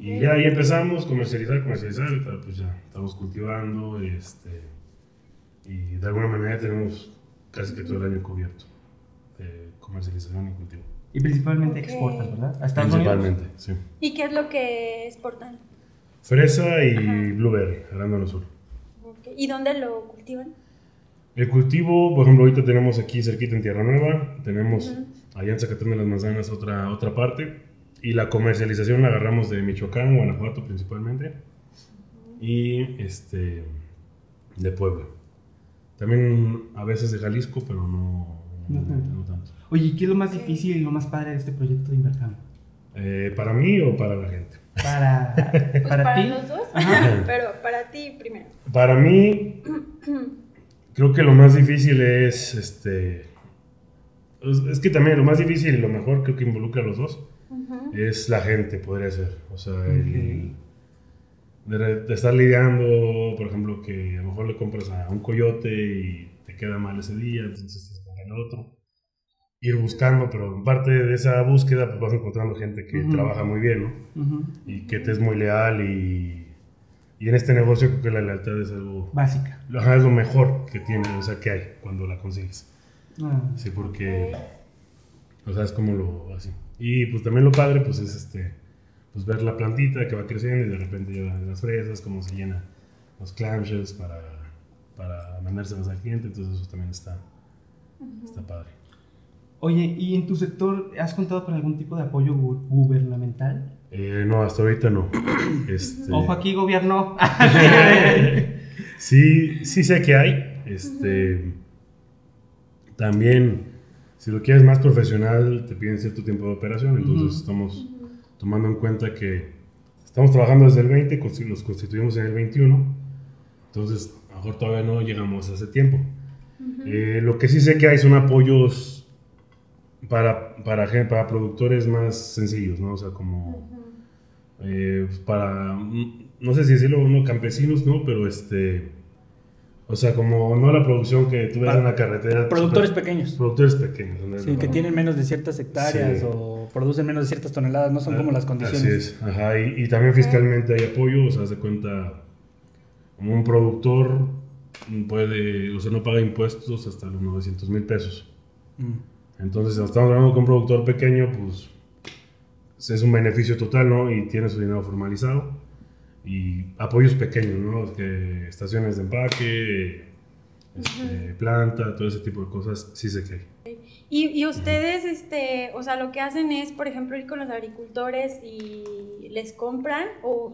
Speaker 1: Y ya ahí empezamos, comercializar, comercializar, ahorita, pues ya estamos cultivando, este, y de alguna manera tenemos casi que todo el año cubierto de comercialización y cultivo.
Speaker 2: Y principalmente
Speaker 3: Ok.
Speaker 2: exportas, ¿verdad? A Estados Unidos.
Speaker 1: Principalmente, sí.
Speaker 3: ¿Y qué es lo que exportan?
Speaker 1: Fresa y
Speaker 3: Ajá.
Speaker 1: blueberry, arándano sur.
Speaker 3: Ok, ¿Y dónde lo cultivan?
Speaker 1: El cultivo, por ejemplo, ahorita tenemos aquí cerquita en Tierra Nueva, tenemos allá en Zacatán de las Manzanas otra, otra parte, y la comercialización la agarramos de Michoacán, Guanajuato principalmente, y este, de Puebla. También a veces de Jalisco, pero no,
Speaker 2: No tanto.
Speaker 1: no tanto.
Speaker 2: Oye, ¿y ¿qué es lo más difícil y lo más padre de este proyecto de Invercam?
Speaker 1: Eh, ¿Para mí o para la gente?
Speaker 2: Para,
Speaker 3: Pues para,
Speaker 2: para, ti.
Speaker 3: los dos,
Speaker 1: Ajá.
Speaker 3: pero para ti primero.
Speaker 1: Para mí, creo que lo más difícil es este. Es, es que también lo más difícil y lo mejor, creo que involucra a los dos,
Speaker 3: Ujú.
Speaker 1: es la gente, podría ser. O sea, el- de, re- de estar lidiando, por ejemplo, que a lo mejor le compras a un coyote y te queda mal ese día, entonces tienes que comprar el otro. Ir buscando, pero en parte de esa búsqueda, pues vas encontrando gente que
Speaker 2: Ujú.
Speaker 1: trabaja muy bien, ¿no?
Speaker 2: Ujú.
Speaker 1: Y que te es muy leal y. Y en este negocio creo que la lealtad es algo
Speaker 2: Básica.
Speaker 1: Ajá, es lo mejor que tiene, o sea, que hay cuando la consigues.
Speaker 2: Ah.
Speaker 1: Sí, porque, o sea, es como lo así. Y pues también lo padre, pues es este, pues ver la plantita que va creciendo y de repente ya las fresas, cómo se llena los clamshells para, para mandárselas al cliente, entonces eso también está, está padre.
Speaker 2: Oye, ¿y en tu sector has contado con algún tipo de apoyo gu- gubernamental?
Speaker 1: Eh, no, hasta ahorita no. Este,
Speaker 2: Ojo aquí, gobierno.
Speaker 1: sí, sí sé que hay. Este, también, si lo quieres más profesional, te piden cierto tiempo de operación. Entonces
Speaker 2: Ujú.
Speaker 1: estamos tomando en cuenta que estamos trabajando desde el 20, consti- los constituimos en el 21. Entonces, a lo mejor todavía no llegamos a ese tiempo. Eh, lo que sí sé que hay son apoyos para, para, gen- para productores más sencillos, ¿no? O sea, como eh, pues, para, mm, no sé si decirlo, no, campesinos, ¿no? Pero este, o sea, como no la producción que tú ves
Speaker 4: Para-
Speaker 1: en la carretera.
Speaker 4: Ah, Productores
Speaker 1: super-
Speaker 4: pequeños.
Speaker 1: Productores pequeños. ¿no?
Speaker 4: Sí, que tienen menos de ciertas hectáreas
Speaker 1: Sí. Ah,
Speaker 4: o producen menos de ciertas toneladas, no son como las condiciones.
Speaker 1: Así es, ajá, y, y también fiscalmente hay apoyo, o sea, haz de cuenta, como un productor mm, puede, o sea, no paga impuestos hasta los 900 mil pesos.
Speaker 4: Mm.
Speaker 1: Entonces, si estamos hablando con un productor pequeño, pues es un beneficio total, ¿no? Y tiene su dinero formalizado. Y apoyos pequeños, ¿no? Es que estaciones de empaque, este, planta, todo ese tipo de cosas, sí sé que hay.
Speaker 3: Y, y ustedes, este, o sea, lo que hacen es, por ejemplo, ir con los agricultores y les compran, o,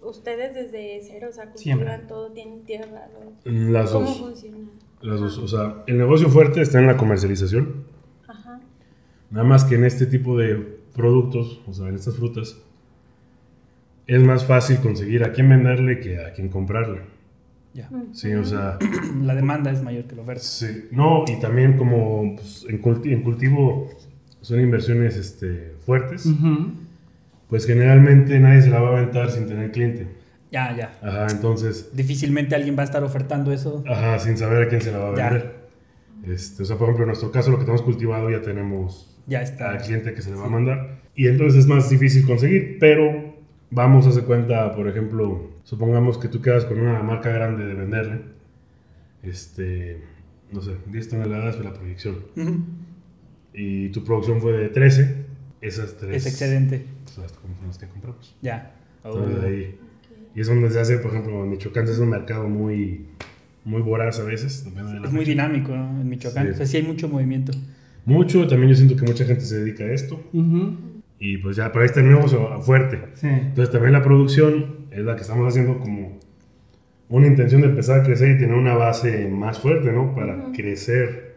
Speaker 3: o ustedes desde cero, o sea, cultivan
Speaker 2: Siembran.
Speaker 3: todo, tienen tierra. ¿no?
Speaker 1: Las
Speaker 3: ¿Cómo
Speaker 1: dos,
Speaker 3: funciona?
Speaker 1: las dos. O sea, el negocio fuerte está en la comercialización.
Speaker 3: Ajá.
Speaker 1: Nada más que en este tipo de productos, o sea, en estas frutas, es más fácil conseguir a quién venderle que a quién comprarle.
Speaker 4: Ya.
Speaker 1: Sí, o sea...
Speaker 4: La demanda es mayor que la oferta.
Speaker 1: Sí, no, y también como pues, en, culti- en cultivo son inversiones este, fuertes,
Speaker 2: Ujú.
Speaker 1: pues generalmente nadie se la va a aventar sin tener cliente.
Speaker 4: Ya, ya.
Speaker 1: Ajá, entonces,
Speaker 4: Difícilmente alguien va a estar ofertando eso.
Speaker 1: ajá, sin saber a quién se la va a
Speaker 4: Ya.
Speaker 1: vender. Este, o sea, por ejemplo, en nuestro caso, lo que tenemos cultivado ya tenemos
Speaker 4: Ya
Speaker 1: al
Speaker 4: está.
Speaker 1: cliente que se le va a mandar. Y entonces es más difícil conseguir, pero vamos a hacer cuenta, por ejemplo, supongamos que tú quedas con una marca grande de venderle, este, no sé, 10 toneladas de la proyección.
Speaker 4: Ujú.
Speaker 1: y tu producción fue de 13, esas tres
Speaker 4: Es excedente.
Speaker 1: pues, las com- son las que compramos.
Speaker 4: Ya.
Speaker 1: Entonces,
Speaker 4: Oh.
Speaker 1: ahí- Y es donde se hace, por ejemplo, en Michoacán es un mercado muy, muy voraz a veces. depende de la
Speaker 4: Es muy
Speaker 1: fecha.
Speaker 4: dinámico ¿no? en Michoacán.
Speaker 1: Sí.
Speaker 4: O sea, sí hay mucho movimiento.
Speaker 1: Mucho, también yo siento que mucha gente se dedica a esto.
Speaker 2: Ujú.
Speaker 1: Y pues ya, pero ahí está el negocio fuerte.
Speaker 2: Sí.
Speaker 1: Entonces también la producción es la que estamos haciendo como una intención de empezar a crecer y tener una base más fuerte, ¿no? Para crecer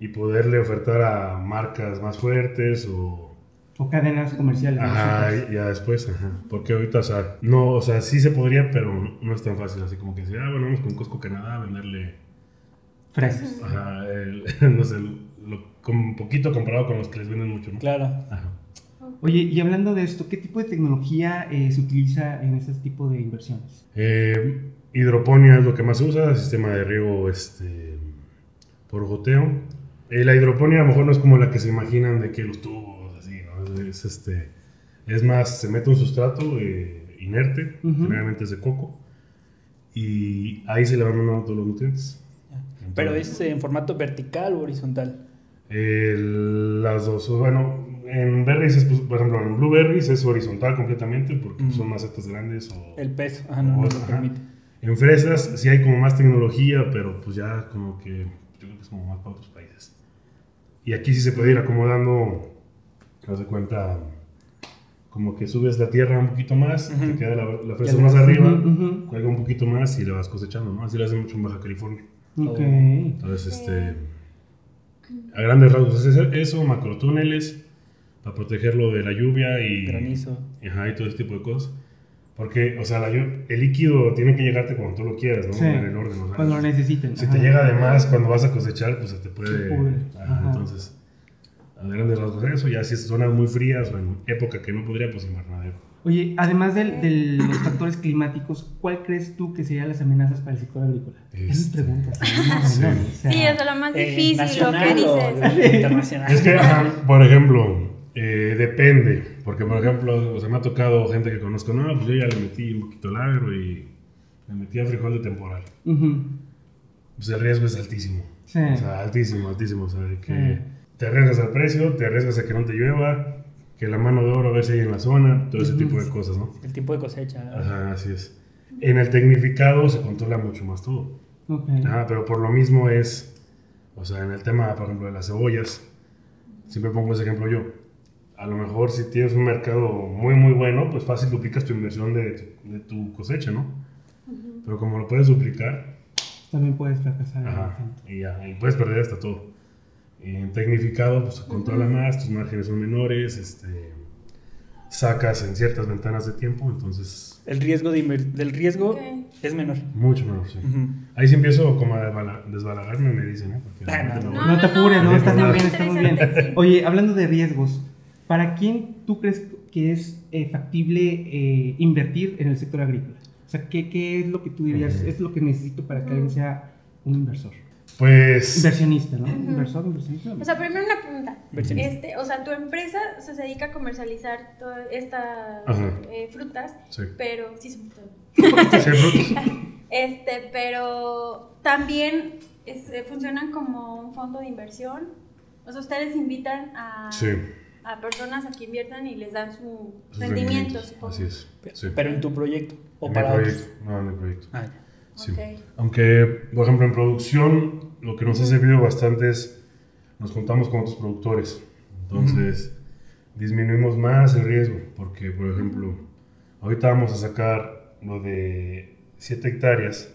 Speaker 1: y poderle ofertar a marcas más fuertes o...
Speaker 2: O cadenas comerciales. ¿no?
Speaker 1: Ajá, y- ya después, ajá. Porque ahorita, o sea, no, o sea, sí se podría, pero no es tan fácil. Así como que decir, ah, bueno, vamos con Costco Canadá a venderle,
Speaker 2: Fresas.
Speaker 1: ajá, el- no sé, lo, con poquito comparado con los que les venden mucho, ¿no?
Speaker 4: Claro.
Speaker 1: Ajá.
Speaker 2: Oye, y hablando de esto, ¿qué tipo de tecnología eh, se utiliza en este tipo de inversiones?
Speaker 1: Eh, hidroponía es lo que más se usa, sistema de riego este, por goteo. Eh, la hidroponía a lo mejor no es como la que se imaginan de que los tubos, así, ¿no? Es, es, este, es más, se mete un sustrato eh, inerte,
Speaker 2: Ujú.
Speaker 1: generalmente es de coco, y ahí se le van mandando todos los nutrientes.
Speaker 4: Pero es eh, en formato vertical o horizontal.
Speaker 1: Eh, las dos, bueno, en berries, es, pues, por ejemplo, en blueberries es horizontal completamente porque
Speaker 4: Mm.
Speaker 1: son macetas grandes o...
Speaker 4: El peso. Ajá, no, no
Speaker 1: Bueno,
Speaker 4: lo
Speaker 1: ajá.
Speaker 4: permite.
Speaker 1: En fresas sí hay como más tecnología, pero pues ya como que yo creo que es como más para otros países. Y aquí sí se puede ir acomodando, haz de cuenta, como que subes la tierra un poquito más,
Speaker 4: Ujú.
Speaker 1: te queda la, la fresa
Speaker 4: Ya
Speaker 1: más
Speaker 4: la-
Speaker 1: arriba,
Speaker 2: Ujú,
Speaker 1: cuelga un poquito más y la vas cosechando, ¿no? Así lo hacen mucho en Baja California.
Speaker 2: ujú. Ok.
Speaker 1: Entonces, este, a grandes rasgos, es eso, macrotúneles, para protegerlo de la lluvia y...
Speaker 4: Granizo.
Speaker 1: Ajá, y todo ese tipo de cosas. Porque, o sea, la llu- el líquido tiene que llegarte cuando tú lo quieras, ¿no?
Speaker 2: Sí.
Speaker 1: En el orden. o sea,
Speaker 2: Cuando lo necesiten.
Speaker 1: si
Speaker 2: ajá.
Speaker 1: te llega de más cuando vas a cosechar, pues se te puede.
Speaker 2: Se pudre.
Speaker 1: Ajá,
Speaker 2: Ajá.
Speaker 1: Entonces, a grandes rasgos eso. Ya si es zonas muy frías o en época que no podría, pues invernadero.
Speaker 2: Oye, además del- de los factores climáticos, ¿cuál crees tú que serían las amenazas para el sector agrícola? Es mi
Speaker 1: Este.
Speaker 2: pregunta. no, no, o
Speaker 1: Sí.
Speaker 2: sea,
Speaker 3: Sí, eso es lo más
Speaker 4: Eh,
Speaker 3: difícil,
Speaker 4: nacional
Speaker 3: lo
Speaker 4: o
Speaker 3: que dices.
Speaker 4: de-
Speaker 2: Ah,
Speaker 4: internacional.
Speaker 1: Es que, ajá, por ejemplo, eh, depende. Porque, por ejemplo, o sea, me ha tocado gente que conozco, no, pues yo ya le metí un poquito al agro y le metí a frijol de temporal.
Speaker 2: ujú,
Speaker 1: Pues el riesgo es altísimo.
Speaker 2: sí.
Speaker 1: O sea, altísimo, altísimo. O sea, de que
Speaker 2: Sí.
Speaker 1: te arriesgas al precio, te arriesgas a que no te llueva, que la mano de obra a ver si hay en la zona, todo ese
Speaker 2: Ujú.
Speaker 1: tipo de cosas, ¿no?
Speaker 4: El tipo de cosecha.
Speaker 1: Ajá, así es. En el tecnificado se controla mucho más todo.
Speaker 2: ok.
Speaker 1: Ajá, pero por lo mismo es, o sea, en el tema, por ejemplo, de las cebollas, siempre pongo ese ejemplo yo. A lo mejor si tienes un mercado muy, muy bueno, pues fácil duplicas tu inversión de tu, de tu cosecha, ¿no? Pero como lo puedes duplicar,
Speaker 2: También puedes fracasar.
Speaker 1: Ajá,
Speaker 2: bastante.
Speaker 1: y ya, y puedes perder hasta todo. En tecnificado, pues se controla más, tus márgenes son menores, este, sacas en ciertas ventanas de tiempo, entonces
Speaker 4: El riesgo de inver- del riesgo
Speaker 3: Ok.
Speaker 4: es menor.
Speaker 1: mucho menor, sí.
Speaker 4: Ujú.
Speaker 1: Ahí sí empiezo como a desbala- desbalagarme, me dicen, ¿eh? Porque
Speaker 4: Ah,
Speaker 1: realmente
Speaker 4: no,
Speaker 1: no-
Speaker 2: No, te apures, no,
Speaker 1: no,
Speaker 2: estás
Speaker 1: no,
Speaker 2: muy
Speaker 1: no.
Speaker 2: bien, estás muy bien.
Speaker 3: Interesante, sí.
Speaker 2: Oye, hablando de riesgos, ¿para quién tú crees que es eh, factible eh, invertir en el sector agrícola? O sea, ¿qué, qué es lo que tú dirías?
Speaker 1: Ujú.
Speaker 2: Es lo que necesito para que alguien sea un inversor.
Speaker 1: Pues,
Speaker 2: Inversionista, ¿no?
Speaker 3: Ujú.
Speaker 2: Inversor, inversionista.
Speaker 3: O sea, primero una pregunta.
Speaker 4: Versiones.
Speaker 3: Este, o sea, tu empresa o sea, se dedica a comercializar todas estas
Speaker 1: Ajá.
Speaker 3: eh, frutas,
Speaker 1: sí.
Speaker 3: pero sí son frutas.
Speaker 1: Sí, frutos.
Speaker 3: Este, pero también este, funcionan como un fondo de inversión. O sea, ustedes invitan a,
Speaker 1: Sí,
Speaker 3: a personas a que inviertan y les dan su
Speaker 1: sus
Speaker 3: rendimiento,
Speaker 1: rendimientos,
Speaker 3: supongo.
Speaker 1: Así es. Sí.
Speaker 4: Pero en tu proyecto. O
Speaker 1: En mi
Speaker 4: para
Speaker 1: proyecto.
Speaker 4: otros.
Speaker 1: No, en mi proyecto.
Speaker 4: Ah, ya.
Speaker 1: Sí.
Speaker 3: Ok.
Speaker 1: Aunque, por ejemplo, en producción, lo que nos ha servido bastante es nos juntamos con otros productores. Entonces, disminuimos más el riesgo. Porque, por ejemplo, ahorita vamos a sacar lo de 7 hectáreas,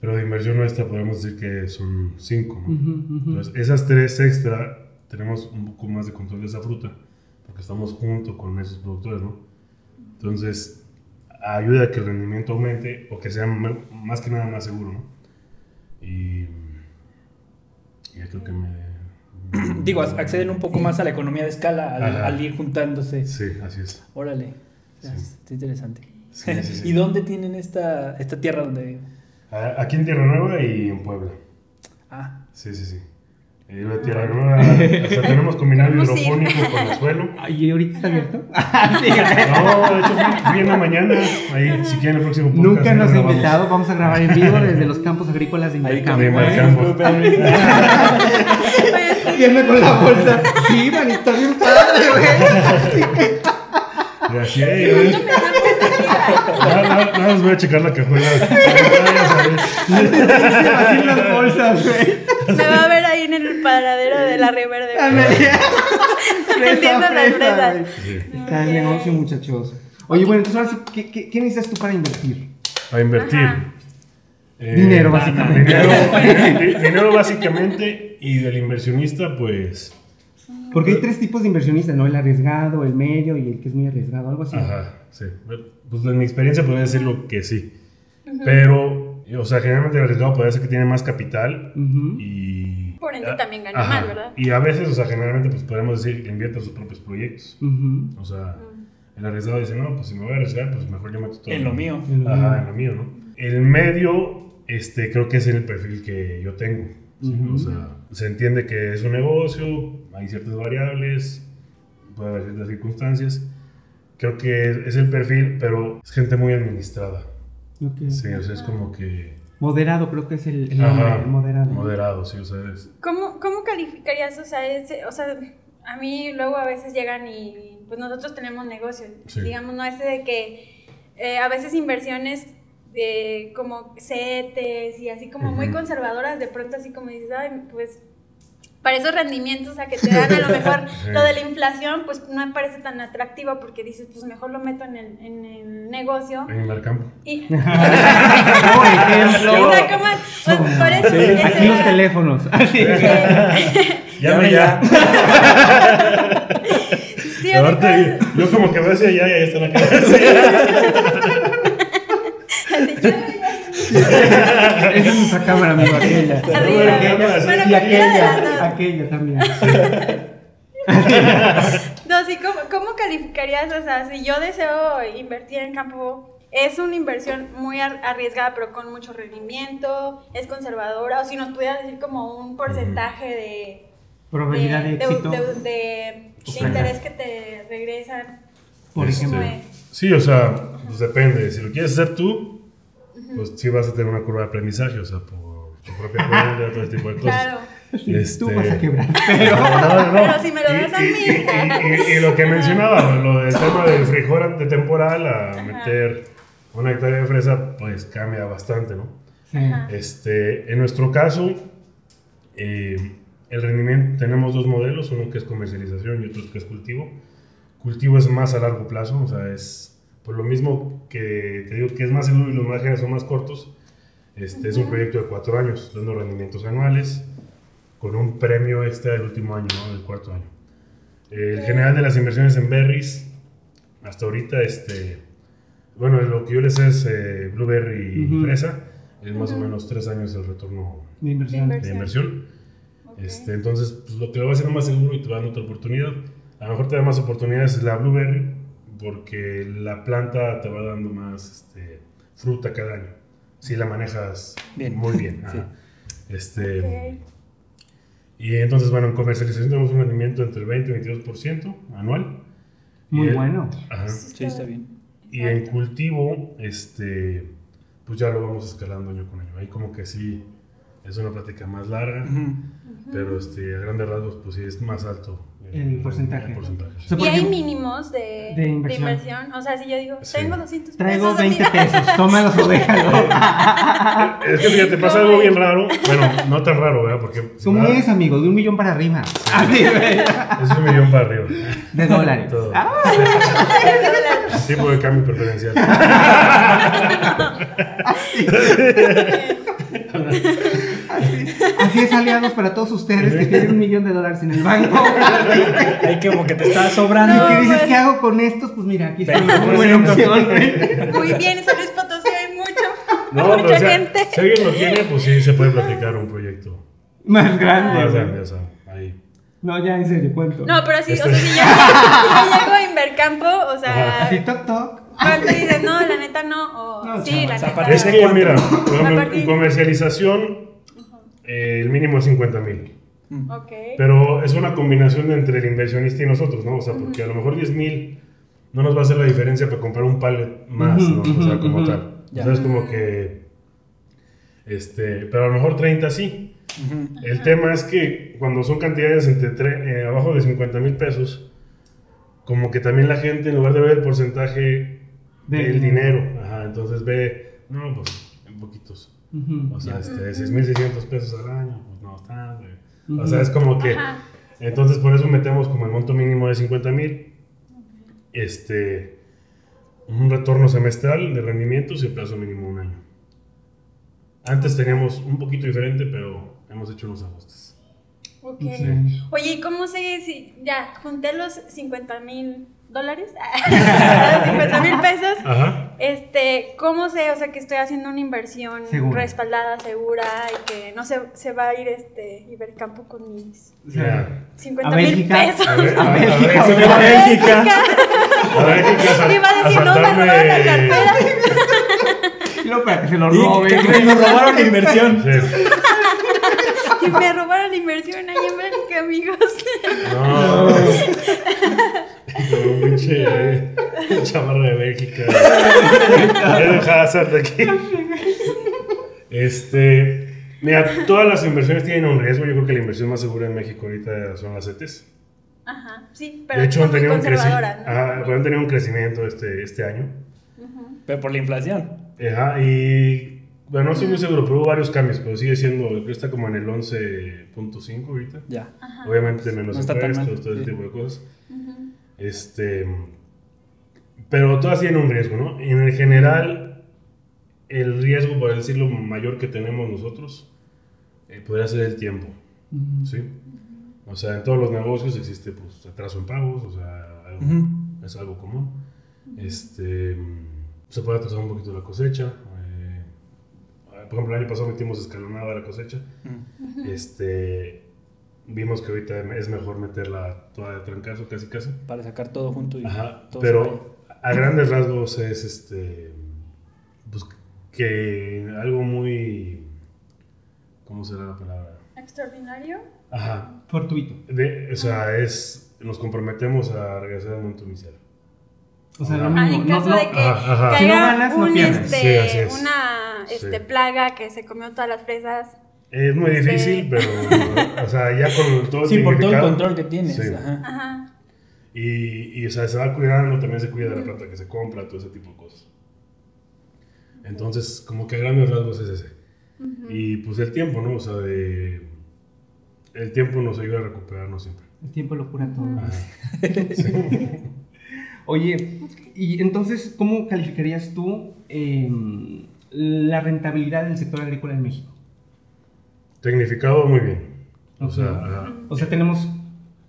Speaker 1: pero de inversión nuestra podemos decir que son 5.
Speaker 2: Ujú, ujú.
Speaker 1: Entonces, esas 3 extra tenemos un poco más de control de esa fruta, porque estamos junto con esos productores, ¿no? Entonces, ayuda a que el rendimiento aumente o que sea m- más que nada más seguro, ¿no? Y y ya creo que me...
Speaker 4: Digo, ac- acceden un poco más a la economía de escala al,
Speaker 1: Ajá.
Speaker 4: al ir juntándose.
Speaker 1: Sí, así es.
Speaker 4: Órale. O sea,
Speaker 1: Sí.
Speaker 4: Está interesante.
Speaker 1: Sí, sí, sí.
Speaker 4: ¿Y dónde tienen esta, esta tierra donde.?
Speaker 1: A- Aquí en Tierra Nueva y en Puebla.
Speaker 4: Ah,
Speaker 1: Sí, sí, sí. Y lo de Tierra Nueva, o sea, tenemos combinado
Speaker 3: Vamos a ir.
Speaker 1: hidropónico con el suelo.
Speaker 2: Ay, ¿Y ahorita está abierto? Ah, Sí.
Speaker 1: No, de hecho fui, fui en la mañana. Ahí, si quieren el próximo podcast.
Speaker 2: Nunca
Speaker 1: ahí
Speaker 2: nos ha
Speaker 1: grabamos.
Speaker 2: invitado, vamos a grabar en vivo desde los campos agrícolas de
Speaker 4: ahí
Speaker 2: Intercambio. ¿eh?
Speaker 1: de
Speaker 4: como-
Speaker 1: Marcambo.
Speaker 2: Viene con la bolsa. Sí, manita, bien padre, güey.
Speaker 1: Gracias. eh, eh. Nada, nada- nada más voy a checar la cajuela. Ya sabes.
Speaker 2: Se vacían las bolsas, güey.
Speaker 3: Pues, Me va a ver ahí en el paradero de la River de Vendiendo las fresas.
Speaker 1: Sí.
Speaker 2: Está el negocio, muchachos. Oye, bueno, entonces ahora sí, ¿qué, qué, qué necesitas tú para invertir?
Speaker 1: A invertir.
Speaker 3: Ajá.
Speaker 1: Eh,
Speaker 2: Dinero, básicamente.
Speaker 1: Dinero, di- dinero, básicamente. Y del inversionista, pues.
Speaker 2: Porque hay tres tipos de inversionistas, ¿no? El arriesgado, el medio y el que es muy arriesgado, algo así.
Speaker 1: Ajá, sí. Pues en mi experiencia podría decir lo que sí. Pero, o sea, generalmente el arriesgado podría ser que tiene más capital
Speaker 2: Ujú.
Speaker 1: Y.
Speaker 3: Por ende,
Speaker 1: Ah,
Speaker 3: también gana más, ¿verdad?
Speaker 1: Y a veces, o sea, generalmente, pues podemos decir que invierte en sus propios proyectos.
Speaker 2: Ujú.
Speaker 1: O sea,
Speaker 3: Mm.
Speaker 1: el arriesgado dice, no, pues si me voy a arriesgar, pues mejor yo meto todo.
Speaker 4: En lo mío.
Speaker 1: Ajá, en lo mío, ¿no? El medio, este, creo que es el perfil que yo tengo. ¿sí?
Speaker 2: Ujú.
Speaker 1: O sea, se entiende que es un negocio, hay ciertas variables, puede haber ciertas circunstancias. Creo que es, es el perfil, pero es gente muy administrada.
Speaker 2: Ok.
Speaker 1: Sí, o sea, es como que
Speaker 2: Moderado, creo que es el, el
Speaker 1: Ajá,
Speaker 2: nombre, el moderado.
Speaker 1: Moderado, sí, o sea, es-
Speaker 3: ¿Cómo, cómo calificarías? O sea, ese- o sea, a mí luego a veces llegan y pues nosotros tenemos negocio,
Speaker 1: Sí.
Speaker 3: digamos, no ese de que eh, a veces inversiones de como CETES y así como muy
Speaker 1: Ujú.
Speaker 3: conservadoras, de pronto así como dices, ay, pues para esos rendimientos a que te dan a lo mejor lo de la inflación, pues no me parece tan atractivo porque dices, pues mejor lo meto en el, en el negocio.
Speaker 1: en Mercampo.
Speaker 3: Y,
Speaker 2: Por ejemplo,
Speaker 3: Y saco más. Pues, por eso, ese
Speaker 2: aquí los
Speaker 3: era-
Speaker 2: teléfonos.
Speaker 1: Llame ya.
Speaker 3: Sí, o sea,
Speaker 1: Aparte, yo como que veo hacia allá y ahí están acá.
Speaker 3: Así, ya, ya.
Speaker 2: Esa es nuestra cámara, amigo, aquella.
Speaker 3: Arriba. Bueno,
Speaker 2: y
Speaker 3: cualquiera de las dos.
Speaker 2: aquella, aquella también.
Speaker 3: No, sí, ¿cómo, cómo calificarías? O sea, si yo deseo invertir en campo, ¿es una inversión muy ar- arriesgada pero con mucho rendimiento? ¿Es conservadora? O si nos pudieras decir como un porcentaje de...
Speaker 2: Probabilidad de
Speaker 3: de-
Speaker 2: éxito,
Speaker 3: de- de- de
Speaker 2: Ojalá.
Speaker 3: interés que te regresan.
Speaker 2: por
Speaker 1: Este,
Speaker 2: ejemplo.
Speaker 1: Sí, o sea, pues depende. Si lo quieres hacer tú, pues sí vas a tener una curva de aprendizaje, o sea, por tu propia cuenta, todo este tipo de
Speaker 4: Pues,
Speaker 1: cosas.
Speaker 3: Claro.
Speaker 2: Tú
Speaker 1: Este-
Speaker 2: vas a quebrar.
Speaker 1: No, no, no.
Speaker 3: Pero si me lo
Speaker 1: Y-
Speaker 3: das a
Speaker 1: y-
Speaker 3: mí.
Speaker 1: Y, y- y lo que mencionaba, lo del tema del frijol de temporal a meter una hectárea de fresa, pues cambia bastante, ¿no?
Speaker 2: Sí.
Speaker 1: Este, en nuestro caso, eh, el rendimiento, tenemos dos modelos, uno que es comercialización y otro que es cultivo. Cultivo es más a largo plazo, o sea, es por lo mismo que te digo que es más seguro y los márgenes son más cortos. Este es un proyecto de cuatro años, dando rendimientos anuales, con un premio extra del último año, ¿no? del cuarto año. El general de las inversiones en berries, hasta ahorita, este, bueno, lo que yo les es eh, blueberry y
Speaker 2: Ujú.
Speaker 1: fresa, es más o menos tres años el retorno
Speaker 2: De inversión.
Speaker 3: De
Speaker 1: de
Speaker 3: Inversión.
Speaker 1: inversión.
Speaker 3: Ok.
Speaker 1: Este, entonces, pues, lo que lo va a hacer más seguro y te va a dar otra oportunidad. A lo mejor te da más oportunidades la blueberry porque la planta te va dando más este, fruta cada año. Si la manejas
Speaker 4: Bien.
Speaker 1: muy bien.
Speaker 4: Sí.
Speaker 1: ajá. Este,
Speaker 3: Ok.
Speaker 1: Y entonces, bueno, en comercialización tenemos un rendimiento entre el 20 y 22% anual.
Speaker 2: Muy
Speaker 1: Y el-
Speaker 2: bueno.
Speaker 1: Ajá.
Speaker 4: Sí, está bien.
Speaker 1: Y
Speaker 2: eh,
Speaker 1: en cultivo, este, pues ya lo vamos escalando año con año. Ahí como que sí, es una plática más larga. Pero este, a grandes rasgos, pues sí, es más alto.
Speaker 2: El porcentaje.
Speaker 1: el porcentaje,
Speaker 2: O
Speaker 1: sí.
Speaker 2: sea, por
Speaker 3: Y hay
Speaker 2: ejemplo,
Speaker 3: mínimos de,
Speaker 2: de
Speaker 3: de
Speaker 2: inversión.
Speaker 3: inversión. O sea, si yo digo,
Speaker 1: Sí.
Speaker 3: tengo 200
Speaker 2: Traigo
Speaker 3: pesos. así-
Speaker 2: 20 pesos, tómalos o déjalos.
Speaker 1: Es que fíjate, pasa algo bien raro. Bueno, no tan raro, ¿verdad? Porque
Speaker 2: Tú
Speaker 1: nada,
Speaker 2: mides, amigo, de un millón para arriba. Así, güey.
Speaker 1: es un millón para arriba.
Speaker 2: De dólares.
Speaker 1: Todo.
Speaker 2: Ah,
Speaker 1: Tipo de cambio preferencial.
Speaker 2: Así es, aliados, para todos ustedes que tienen un millón de dólares en el banco.
Speaker 4: Ahí como que te está
Speaker 2: ¿Y
Speaker 4: sobrando.
Speaker 2: qué
Speaker 3: No,
Speaker 2: dices?
Speaker 3: bueno.
Speaker 2: ¿Qué hago con estos? Pues mira, aquí pues, está una
Speaker 1: Veinte por
Speaker 2: buena
Speaker 1: ciento.
Speaker 2: opción, güey.
Speaker 3: Muy bien, en San Luis Potosí hay mucho.
Speaker 1: No, pero
Speaker 3: mucha
Speaker 1: o sea,
Speaker 3: gente.
Speaker 1: si alguien lo tiene, pues sí, se puede platicar un proyecto.
Speaker 2: Más grande.
Speaker 1: Más
Speaker 2: güey.
Speaker 1: grande, o sea, ahí.
Speaker 2: No, ya en serio, cuento.
Speaker 3: No, pues, pero sí, o
Speaker 1: este,
Speaker 3: sea, si yo, si yo llego a Invercampo, o sea,
Speaker 2: Así toc toc.
Speaker 3: cuando dices, no, la neta no, o
Speaker 2: No, chava,
Speaker 3: sí, la
Speaker 4: o
Speaker 3: neta.
Speaker 4: sea, aparte
Speaker 1: Es
Speaker 4: ¿De
Speaker 1: que,
Speaker 4: cuánto?
Speaker 1: mira, por ejemplo,
Speaker 3: Aparte-
Speaker 1: en comercialización, eh, el mínimo es 50 mil.
Speaker 3: Ok.
Speaker 1: Pero es una combinación de entre el inversionista y nosotros, ¿no? O sea, porque a lo mejor 10 mil no nos va a hacer la diferencia para comprar un pallet más,
Speaker 2: Ujú,
Speaker 1: ¿no? O sea,
Speaker 2: ujú,
Speaker 1: como
Speaker 2: ujú.
Speaker 1: tal.
Speaker 4: Ya.
Speaker 1: O sea, es como que. Este, pero a lo mejor 30 sí.
Speaker 4: Ujú.
Speaker 1: El tema es que cuando son cantidades entre tre- eh, abajo de 50 mil pesos, como que también la gente, en lugar de ver el porcentaje
Speaker 2: Del
Speaker 1: del
Speaker 2: dinero.
Speaker 1: dinero, ajá, entonces ve, no, pues en poquitos.
Speaker 2: Ujú.
Speaker 1: O sea, este, 6.600 pesos al año, pues no está, güey.
Speaker 2: Ujú.
Speaker 1: O sea, es como que...
Speaker 3: Ajá.
Speaker 1: Entonces, por eso metemos como el monto mínimo de 50.000, este, un retorno semestral de rendimientos y el plazo mínimo un año. Antes teníamos un poquito diferente, pero hemos hecho unos ajustes.
Speaker 3: Ok.
Speaker 2: Sí.
Speaker 3: Oye, ¿y cómo sé si ya junté los 50 mil dólares? los 50 mil pesos.
Speaker 1: Ajá.
Speaker 3: Este, ¿cómo sé, o sea, que estoy haciendo una inversión
Speaker 2: Segura.
Speaker 3: respaldada, segura y que no se, se va a ir este Ibercampo con mis
Speaker 2: O sea,
Speaker 1: Ya.
Speaker 3: 50 mil
Speaker 2: Bélgica.
Speaker 3: pesos?
Speaker 1: A ver,
Speaker 2: A
Speaker 1: a ver, a ver,
Speaker 2: Bélgica,
Speaker 1: se me va a ver.
Speaker 4: Bélgica.
Speaker 1: A ver, hay que asa-
Speaker 3: Iba a decir, no, me
Speaker 1: asaltarme-
Speaker 3: robaron la cartera.
Speaker 2: Y luego para que se lo
Speaker 4: ¿Y ¿Qué
Speaker 2: roben.
Speaker 4: creen? Nos robaron la inversión.
Speaker 1: Sí.
Speaker 3: Y me robaron la inversión ahí en Bélgica, amigos.
Speaker 1: No. Con un pinche eh, chamarra de Bélgica. Era el Hazard aquí. Este, mira, todas las inversiones tienen un riesgo. Yo creo que la inversión más segura en México ahorita son las CETES.
Speaker 3: Ajá, sí, pero
Speaker 1: de hecho, han
Speaker 3: muy
Speaker 1: tenido, un creci-
Speaker 3: conservadora, ¿no?
Speaker 1: ajá, han tenido un crecimiento este, este año.
Speaker 4: Pero por la inflación.
Speaker 1: Ajá, y bueno, no estoy muy seguro, pero hubo varios cambios, pero sigue siendo, creo que está como en el 11.5 ahorita.
Speaker 4: Ya.
Speaker 1: Obviamente menos
Speaker 4: No está tan
Speaker 1: impuestos,
Speaker 4: mal,
Speaker 1: todo ese
Speaker 4: sí.
Speaker 1: tipo de cosas.
Speaker 3: Ujú.
Speaker 1: Este, pero todas tienen un riesgo, ¿no? En el general, el riesgo, por decirlo, mayor que tenemos nosotros eh, podría ser el tiempo, ¿sí? O sea, en todos los negocios existe pues, atraso en pagos, o sea, algo-
Speaker 4: Ujú.
Speaker 1: es algo común. Este, mm, se puede atrasar un poquito la cosecha. eh, por ejemplo, el año pasado metimos escalonada la cosecha.
Speaker 4: Mm.
Speaker 1: Este, vimos que ahorita es mejor meterla toda de trancazo, casi casi.
Speaker 4: Para sacar todo junto y
Speaker 1: Ajá,
Speaker 4: todo separado.
Speaker 1: pero a grandes rasgos es este. Pues que algo muy. ¿Cómo será la palabra?
Speaker 3: Extraordinario.
Speaker 1: Ajá.
Speaker 2: Fortuito.
Speaker 1: de- o sea, es. Nos comprometemos a regresar al monto inicial.
Speaker 2: O sea, lo
Speaker 3: Ah,
Speaker 2: mismo.
Speaker 3: en caso
Speaker 2: no, no,
Speaker 3: de que
Speaker 1: Ajá, ajá.
Speaker 3: caiga
Speaker 2: Si no ganas, no
Speaker 3: un,
Speaker 2: pierdes.
Speaker 3: este,
Speaker 1: Sí, así es.
Speaker 3: una este,
Speaker 1: Sí.
Speaker 3: plaga que se comió todas las fresas.
Speaker 1: Es muy difícil,
Speaker 3: Sí.
Speaker 1: pero. O sea, ya con todo el
Speaker 4: Sí, por todo el
Speaker 1: significado-
Speaker 4: control que tienes.
Speaker 1: Sí.
Speaker 4: Ajá.
Speaker 3: Ajá.
Speaker 1: Y, y, o sea, se va cuidando, también se cuida de la planta que se compra, todo ese tipo de cosas. Entonces, como que a grandes rasgos es ese. Y pues el tiempo, ¿no? O sea, de... El tiempo nos ayuda a recuperarnos siempre.
Speaker 2: El tiempo lo cura todo.
Speaker 1: Ajá.
Speaker 2: Oye, y entonces, ¿cómo calificarías tú em, la rentabilidad del sector agrícola en México?
Speaker 1: Tecnificado, muy bien. O sea,
Speaker 2: Ujú.
Speaker 1: ajá.
Speaker 2: O sea, tenemos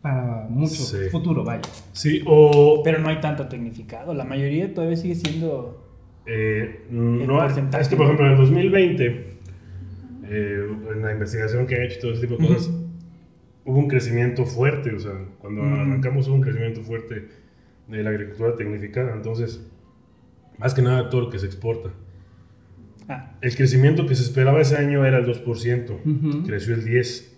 Speaker 2: para mucho
Speaker 1: Sí.
Speaker 2: futuro, vaya.
Speaker 1: sí, o...
Speaker 4: Pero no hay tanto tecnificado. La mayoría todavía sigue siendo.
Speaker 1: eh,
Speaker 4: El
Speaker 1: no,
Speaker 4: porcentaje.
Speaker 1: es que, por ejemplo, en el 2020, eh, en la investigación que he hecho, y todo ese tipo de cosas, hubo un crecimiento fuerte. O sea, cuando
Speaker 4: Ujú.
Speaker 1: arrancamos hubo un crecimiento fuerte de la agricultura tecnificada. Entonces, más que nada, todo lo que se exporta.
Speaker 4: Ah,
Speaker 1: El crecimiento que se esperaba ese año era el 2%,
Speaker 2: Ujú.
Speaker 1: creció el 10%.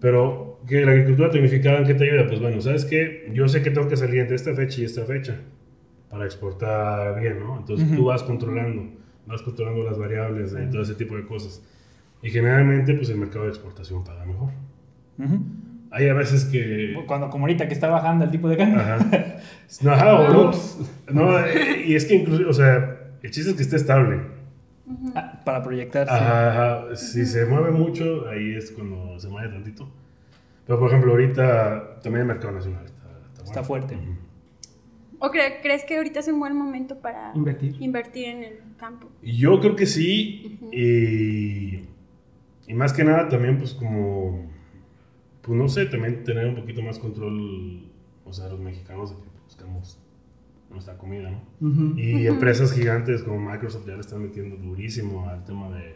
Speaker 1: Pero que la agricultura tecnificada, ¿en qué te ayuda? Pues bueno, ¿sabes qué? Yo sé que tengo que salir entre esta fecha y esta fecha para exportar bien, ¿no? Entonces tú
Speaker 4: Ujú.
Speaker 1: vas controlando, vas controlando las variables y todo ese tipo de cosas. Y generalmente, pues el mercado de exportación paga mejor.
Speaker 4: ujú.
Speaker 1: Hay a veces que...
Speaker 4: Cuando, como ahorita que está bajando el tipo de cambio.
Speaker 1: Ajá. No, ajá, o no.
Speaker 2: Ups.
Speaker 1: No, eh, y es que incluso, o sea, el chiste es que esté estable.
Speaker 4: Ah, para proyectarse.
Speaker 1: Ajá, ajá. Si se mueve mucho, ahí es cuando se mueve tantito. Pero, por ejemplo, ahorita también el mercado nacional está,
Speaker 4: Está fuerte.
Speaker 1: Ujú.
Speaker 3: ¿O cre- crees que ahorita es un buen momento para
Speaker 2: Invertir.
Speaker 3: invertir en el campo?
Speaker 1: Y Yo creo que sí. Y, y más que nada también, pues como, pues no sé, también tener un poquito más control, o sea, los mexicanos de que buscamos nuestra comida, ¿no?
Speaker 2: Ujú.
Speaker 1: Y empresas gigantes como Microsoft ya le están metiendo durísimo al tema de,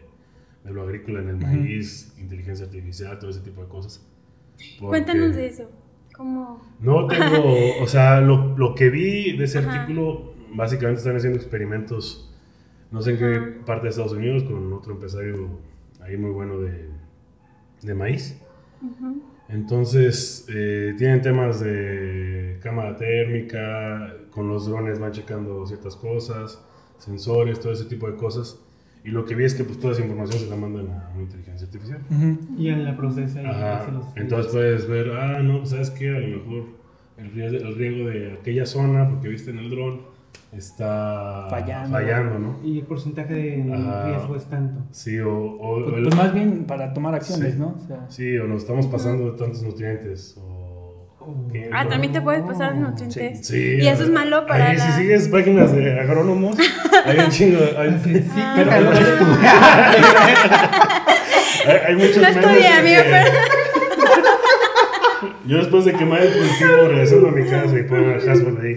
Speaker 1: de lo agrícola en el
Speaker 4: Ujú.
Speaker 1: maíz, inteligencia artificial, todo ese tipo de cosas. Porque-
Speaker 3: Cuéntanos de eso. ¿Cómo?
Speaker 1: No tengo, o sea, lo, lo que vi de ese
Speaker 3: Ajá.
Speaker 1: artículo, básicamente están haciendo experimentos, no sé en qué
Speaker 3: Ajá.
Speaker 1: parte de Estados Unidos, con otro empresario ahí muy bueno de, de maíz.
Speaker 3: Ujú.
Speaker 1: Entonces, eh, tienen temas de cámara térmica, con los drones van checando ciertas cosas, sensores, todo ese tipo de cosas. Y lo que vi es que pues toda esa información se la mandan a una inteligencia artificial.
Speaker 4: Ujú.
Speaker 2: Y en la procesa. y
Speaker 1: Ajá,
Speaker 2: hace los-
Speaker 1: Entonces puedes ver, ah, no, pues, sabes que a lo mejor el riego, el riego de aquella zona, porque viste en el dron, está
Speaker 4: Fallando.
Speaker 1: fallando, ¿no?
Speaker 2: Y el porcentaje de
Speaker 1: Ajá.
Speaker 2: riesgo es tanto.
Speaker 1: Sí, o, o- o
Speaker 4: Pues,
Speaker 1: el-
Speaker 4: pues más bien para tomar acciones,
Speaker 1: Sí.
Speaker 4: ¿no? O sea,
Speaker 1: sí, o nos estamos pasando de tantos nutrientes. O, que-
Speaker 3: Ah, también te puedes pasar los
Speaker 2: Sí.
Speaker 3: nutrientes.
Speaker 1: Sí,
Speaker 3: Y eso es malo para
Speaker 1: ahí, Si
Speaker 3: la-
Speaker 1: sigues páginas de agrónomos, hay un chingo. Hay,
Speaker 2: Sí,
Speaker 3: Ah.
Speaker 2: pero
Speaker 1: Pero-
Speaker 2: eres tú.
Speaker 1: hay, hay muchos
Speaker 3: No
Speaker 1: memes
Speaker 3: estudié,
Speaker 1: de
Speaker 3: amigo,
Speaker 1: que- Yo después de quemar el cultivo, regresando a mi casa y poner a Hasbro ahí.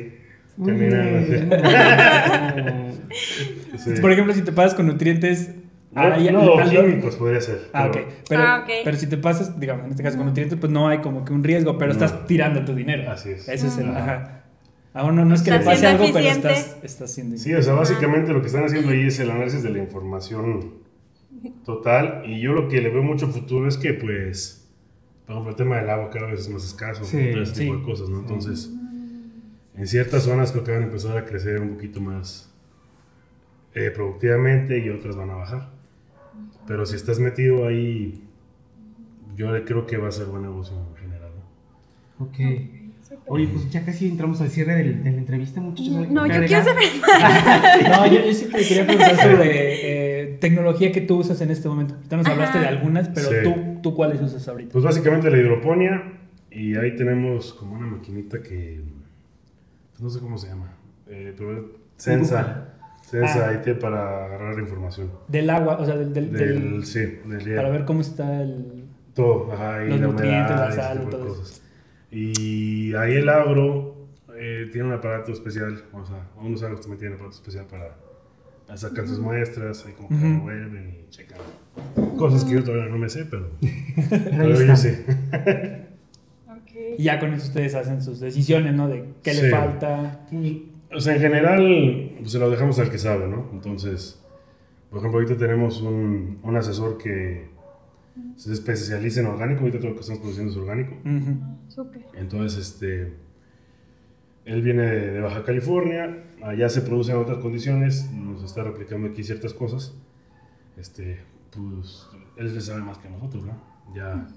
Speaker 1: Caminando. así. Sí.
Speaker 4: Por ejemplo, si te pasas con nutrientes.
Speaker 1: No,
Speaker 4: ahí-
Speaker 1: no,
Speaker 4: al-
Speaker 1: químicos podría ser.
Speaker 4: Ah, ok.
Speaker 1: pero-
Speaker 4: Pero,
Speaker 3: Ah, ok.
Speaker 4: pero si te pasas, digamos, en este caso con nutrientes, pues no hay como que un riesgo, pero estás tirando tu dinero.
Speaker 1: Así es.
Speaker 4: Ese es el.
Speaker 1: Ajá.
Speaker 4: Ajá. Aún no, no es que le
Speaker 3: Estás
Speaker 4: pase
Speaker 3: siendo
Speaker 4: algo, pero
Speaker 3: eficiente.
Speaker 4: estás, estás siendo.
Speaker 1: Sí, o sea, básicamente lo que están haciendo ahí es el análisis de la información total. Y yo lo que le veo mucho futuro es que, pues, por ejemplo, el tema del agua cada vez es más escaso,
Speaker 2: Sí,
Speaker 1: todo ese tipo
Speaker 4: sí.
Speaker 1: de cosas, ¿no? Entonces, en ciertas zonas creo que van a empezar a crecer un poquito más eh, productivamente y otras van a bajar. Pero si estás metido ahí, yo creo que va a ser buen negocio en general. ¿no?
Speaker 2: Ok. Oye, pues ya casi entramos al cierre del- de la entrevista, muchachos.
Speaker 3: No, yo quiero
Speaker 2: ¿Agregar?
Speaker 3: saber.
Speaker 4: No, yo, yo sí te quería preguntar sobre eh, tecnología que tú usas en este momento. Ya nos hablaste de algunas, pero
Speaker 1: Sí.
Speaker 4: tú, tú cuáles usas ahorita.
Speaker 1: Pues básicamente la hidroponía y ahí tenemos como una maquinita que pues no sé cómo se llama. Eh, pero Sensa. Sensa
Speaker 4: Ah.
Speaker 1: ahí te para agarrar información.
Speaker 4: Del agua, o sea, del, del- del-
Speaker 1: Del, sí, del hielo.
Speaker 4: para ver cómo está el...
Speaker 1: Todo, ajá, y
Speaker 4: Los
Speaker 1: la
Speaker 4: nutrientes,
Speaker 1: humedad,
Speaker 4: la
Speaker 1: y ese
Speaker 4: sal,
Speaker 1: tipo de
Speaker 4: todo eso.
Speaker 1: cosas. Y ahí el agro eh, tiene un aparato especial, o sea, unos agros también tienen aparato especial para sacar sus muestras, ahí como que
Speaker 4: Ujú.
Speaker 1: revuelven y checan. Cosas que yo todavía no me sé, pero,
Speaker 2: Pero ahí
Speaker 1: pero yo
Speaker 2: está.
Speaker 1: sí.
Speaker 3: Ok.
Speaker 4: Y ya con eso ustedes hacen sus decisiones, ¿no? De qué
Speaker 1: Sí.
Speaker 4: le falta.
Speaker 1: O sea, en general, pues, se lo dejamos al que sabe, ¿no? Entonces, por ejemplo, ahorita tenemos un, un asesor que se especializa en orgánico, ahorita todo lo que estamos produciendo es orgánico.
Speaker 4: Ujú.
Speaker 3: Súper.
Speaker 1: Entonces, este, él viene de, de Baja California, allá se producen otras condiciones, nos está replicando aquí ciertas cosas. Este, pues, él le sabe más que nosotros, ¿no? Ya,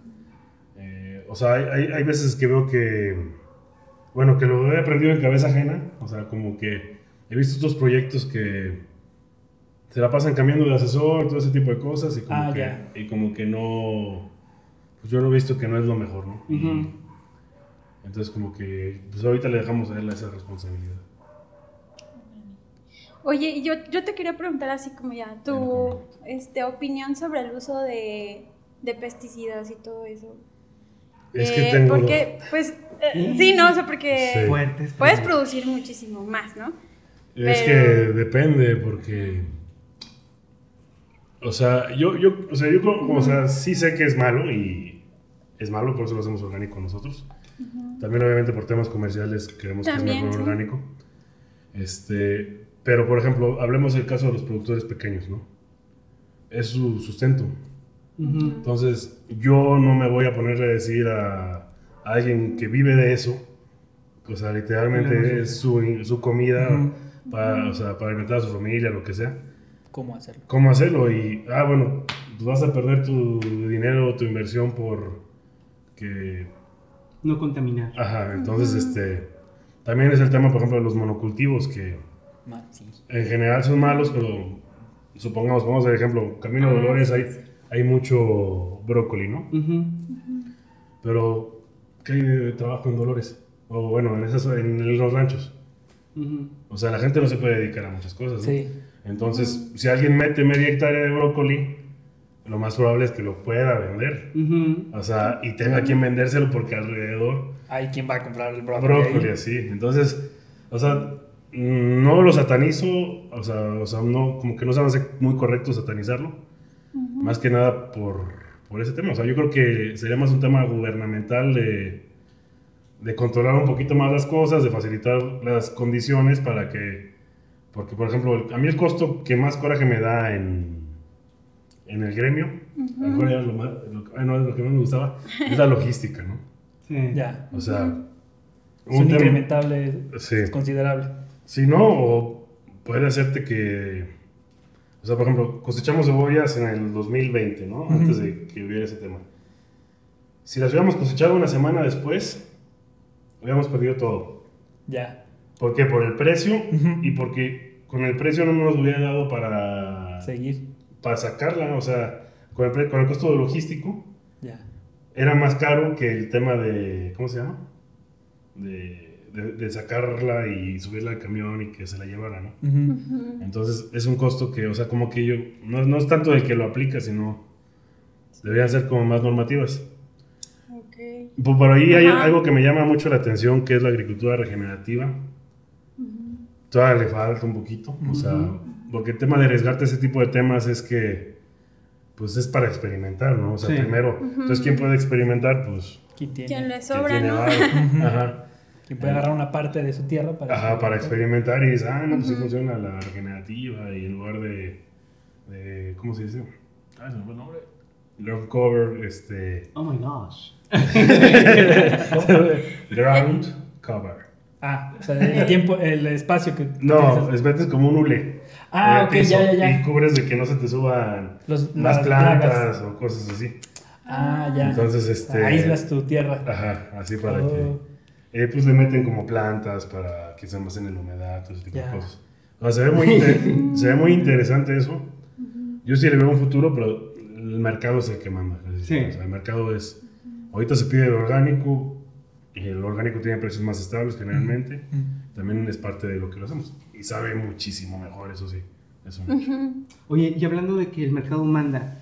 Speaker 1: eh, o sea, hay, hay- hay veces que veo que, bueno, que lo he aprendido en cabeza ajena, o sea, como que he visto otros proyectos que se la pasan cambiando de asesor, todo ese tipo de cosas, y como,
Speaker 4: Ah,
Speaker 1: que,
Speaker 4: ya.
Speaker 1: y como que no, pues yo lo he visto que no es lo mejor, ¿no?
Speaker 2: Ujú.
Speaker 1: Entonces como que pues ahorita le dejamos a él esa responsabilidad.
Speaker 3: Oye, y yo, yo te quería preguntar así como ya tu este, opinión sobre el uso de, de pesticidas y todo eso.
Speaker 1: Es
Speaker 3: Eh,
Speaker 1: que tengo
Speaker 3: Porque, pues, eh, sí, no, o sea, porque
Speaker 1: Sí.
Speaker 2: Fuertes.
Speaker 3: puedes
Speaker 2: pero-
Speaker 3: producir muchísimo más, ¿no?
Speaker 1: es
Speaker 3: pero-
Speaker 1: que depende porque o sea, yo yo o sea, yo como- o sea, sí sé que es malo y es malo, por eso lo hacemos orgánico nosotros. También obviamente por temas comerciales creemos que es
Speaker 3: También,
Speaker 1: mejor
Speaker 3: sí.
Speaker 1: orgánico. Este, pero por ejemplo, hablemos del caso de los productores pequeños, ¿no? Es su sustento.
Speaker 2: Ujú.
Speaker 1: Entonces, yo no me voy a ponerle a decir a, a alguien que vive de eso, o sea, literalmente es su, su comida para, o sea, para alimentar a su familia, lo que sea,
Speaker 4: ¿Cómo hacerlo?
Speaker 1: cómo hacerlo. Y, ah, bueno, pues vas a perder tu dinero, tu inversión por que.
Speaker 2: No contaminar.
Speaker 1: Ajá, entonces, este. También es el tema, por ejemplo, de los monocultivos, que
Speaker 4: Ma- sí.
Speaker 1: en general son malos, pero supongamos, vamos al ejemplo, Camino
Speaker 3: Ah,
Speaker 1: de Dolores,
Speaker 3: sí,
Speaker 1: hay,
Speaker 3: sí.
Speaker 1: hay mucho brócoli, ¿no?
Speaker 2: Ujú.
Speaker 1: Pero, ¿qué hay de trabajo en Dolores? O bueno, en, esas, en los ranchos.
Speaker 2: Ujú.
Speaker 1: O sea, la gente no se puede dedicar a muchas cosas, ¿no?
Speaker 4: Sí.
Speaker 1: Entonces, si alguien mete media hectárea de brócoli, lo más probable es que lo pueda vender.
Speaker 2: Ujú.
Speaker 1: O sea, y tenga quien vendérselo porque alrededor
Speaker 4: Hay quien va a comprar el brócoli. ahí?
Speaker 1: brócoli así. Entonces, o sea, mm, no lo satanizo, o sea, o sea, no, como que no se me hace muy correcto satanizarlo. Más que nada por, por ese tema. O sea, yo creo que sería más un tema gubernamental de, de controlar un poquito más las cosas, de facilitar las condiciones para que. Porque, por ejemplo, el- a mí el costo que más coraje me da en, en el gremio, a lo mejor era lo, más- lo- ah, no, lo que más me gustaba, es la logística, ¿no?
Speaker 2: Sí.
Speaker 4: Ya.
Speaker 1: O sea,
Speaker 4: Es
Speaker 1: un
Speaker 4: un
Speaker 1: tema-
Speaker 4: incrementable
Speaker 1: Sí.
Speaker 4: considerable.
Speaker 1: Si no, o puede hacerte que. O sea, por ejemplo, cosechamos cebollas en el 2020, ¿no? Antes de que hubiera ese tema. Si las hubiéramos cosechado una semana después, hubiéramos perdido todo.
Speaker 4: Ya.
Speaker 1: ¿Por qué? Por el precio
Speaker 4: Ujú.
Speaker 1: y porque con el precio no nos hubiera dado para,
Speaker 4: Seguir.
Speaker 1: para sacarla. O sea, con el, pre- con el costo logístico
Speaker 4: Ya.
Speaker 1: era más caro que el tema de. ¿Cómo se llama? De, de, de sacarla y subirla al camión y que se la llevara, ¿no?
Speaker 4: Ujú.
Speaker 3: Ujú.
Speaker 1: Entonces es un costo que, o sea, como que yo, no, no es tanto el que lo aplica, sino deberían ser como más normativas.
Speaker 3: Ok.
Speaker 1: Por, por ahí hay
Speaker 3: Ajá.
Speaker 1: algo que me llama mucho la atención, que es la agricultura regenerativa. Todavía le falta un poquito, o sea, porque el tema de arriesgarte a ese tipo de temas es que, pues es para experimentar, ¿no? O sea,
Speaker 2: Sí.
Speaker 1: primero, entonces, ¿quién puede experimentar? Pues,
Speaker 4: ¿Quién tiene?
Speaker 3: ¿Quién le
Speaker 1: quien
Speaker 3: sobra,
Speaker 1: tiene
Speaker 3: no?
Speaker 1: varo. Ajá.
Speaker 4: ¿Quién puede agarrar una parte de su tierra para.
Speaker 1: Ajá, para experimentar y dices, ah, no, pues sí funciona la regenerativa y en lugar de, de- ¿cómo se dice? Ah, se me fue el nombre. Ground cover, este,
Speaker 2: Oh my gosh.
Speaker 1: ground cover.
Speaker 4: Ah, o sea, el tiempo, el espacio que.
Speaker 1: No, es metes como un hule.
Speaker 4: Ah,
Speaker 1: en el
Speaker 4: ok,
Speaker 1: piso
Speaker 4: ya, ya, ya.
Speaker 1: Y cubres de que no se te suban
Speaker 4: Los-
Speaker 1: más
Speaker 4: las
Speaker 1: plantas
Speaker 4: plagas.
Speaker 1: o cosas así.
Speaker 4: Ah, ya.
Speaker 1: Entonces, este.
Speaker 4: Aíslas tu tierra.
Speaker 1: Ajá, así para
Speaker 4: Oh.
Speaker 1: que. eh, pues le meten como plantas para que se almacenen la humedad, todo ese tipo
Speaker 4: Ya.
Speaker 1: de cosas. No, se, ve muy inter- se ve muy interesante eso. Yo sí le veo un futuro, pero el mercado es el que manda. Es decir,
Speaker 2: Sí.
Speaker 1: o sea, el mercado es. Ahorita se pide el orgánico, y el orgánico tiene precios más estables generalmente.
Speaker 4: Mm.
Speaker 1: También es parte de lo que lo hacemos. Y sabe muchísimo mejor, eso sí. Es un hecho.
Speaker 2: Oye, y hablando de que el mercado manda,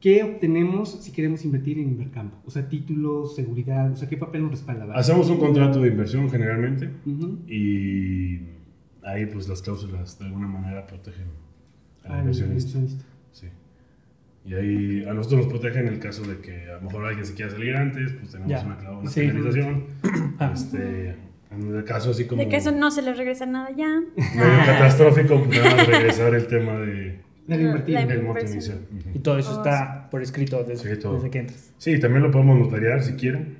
Speaker 2: ¿qué obtenemos si queremos invertir en Invercampo? O sea, títulos, seguridad, o sea, ¿qué papel nos respalda? vaya?
Speaker 1: Hacemos un contrato de inversión generalmente
Speaker 2: Ujú.
Speaker 1: y ahí pues las cláusulas de alguna manera protegen al
Speaker 2: Ah, el
Speaker 1: inversionista.
Speaker 2: inversionista.
Speaker 1: Sí. Y ahí a nosotros nos protege en el caso de que a lo mejor alguien se quiera salir antes, pues tenemos
Speaker 4: Ya.
Speaker 1: una cláusula, una
Speaker 4: Sí.
Speaker 1: penalización.
Speaker 4: Ah.
Speaker 1: Este, en el caso así como
Speaker 3: De que eso no se les regresa nada ya.
Speaker 1: medio catastrófico, pues nada más regresar el tema de,
Speaker 2: Del invertir.
Speaker 3: La
Speaker 1: del monto
Speaker 3: inversión.
Speaker 1: inicial. Ujú.
Speaker 4: Y todo eso
Speaker 3: Oh,
Speaker 4: está por escrito desde,
Speaker 1: Sí, todo.
Speaker 4: desde que entras.
Speaker 1: Sí, también lo podemos notariar si quieren.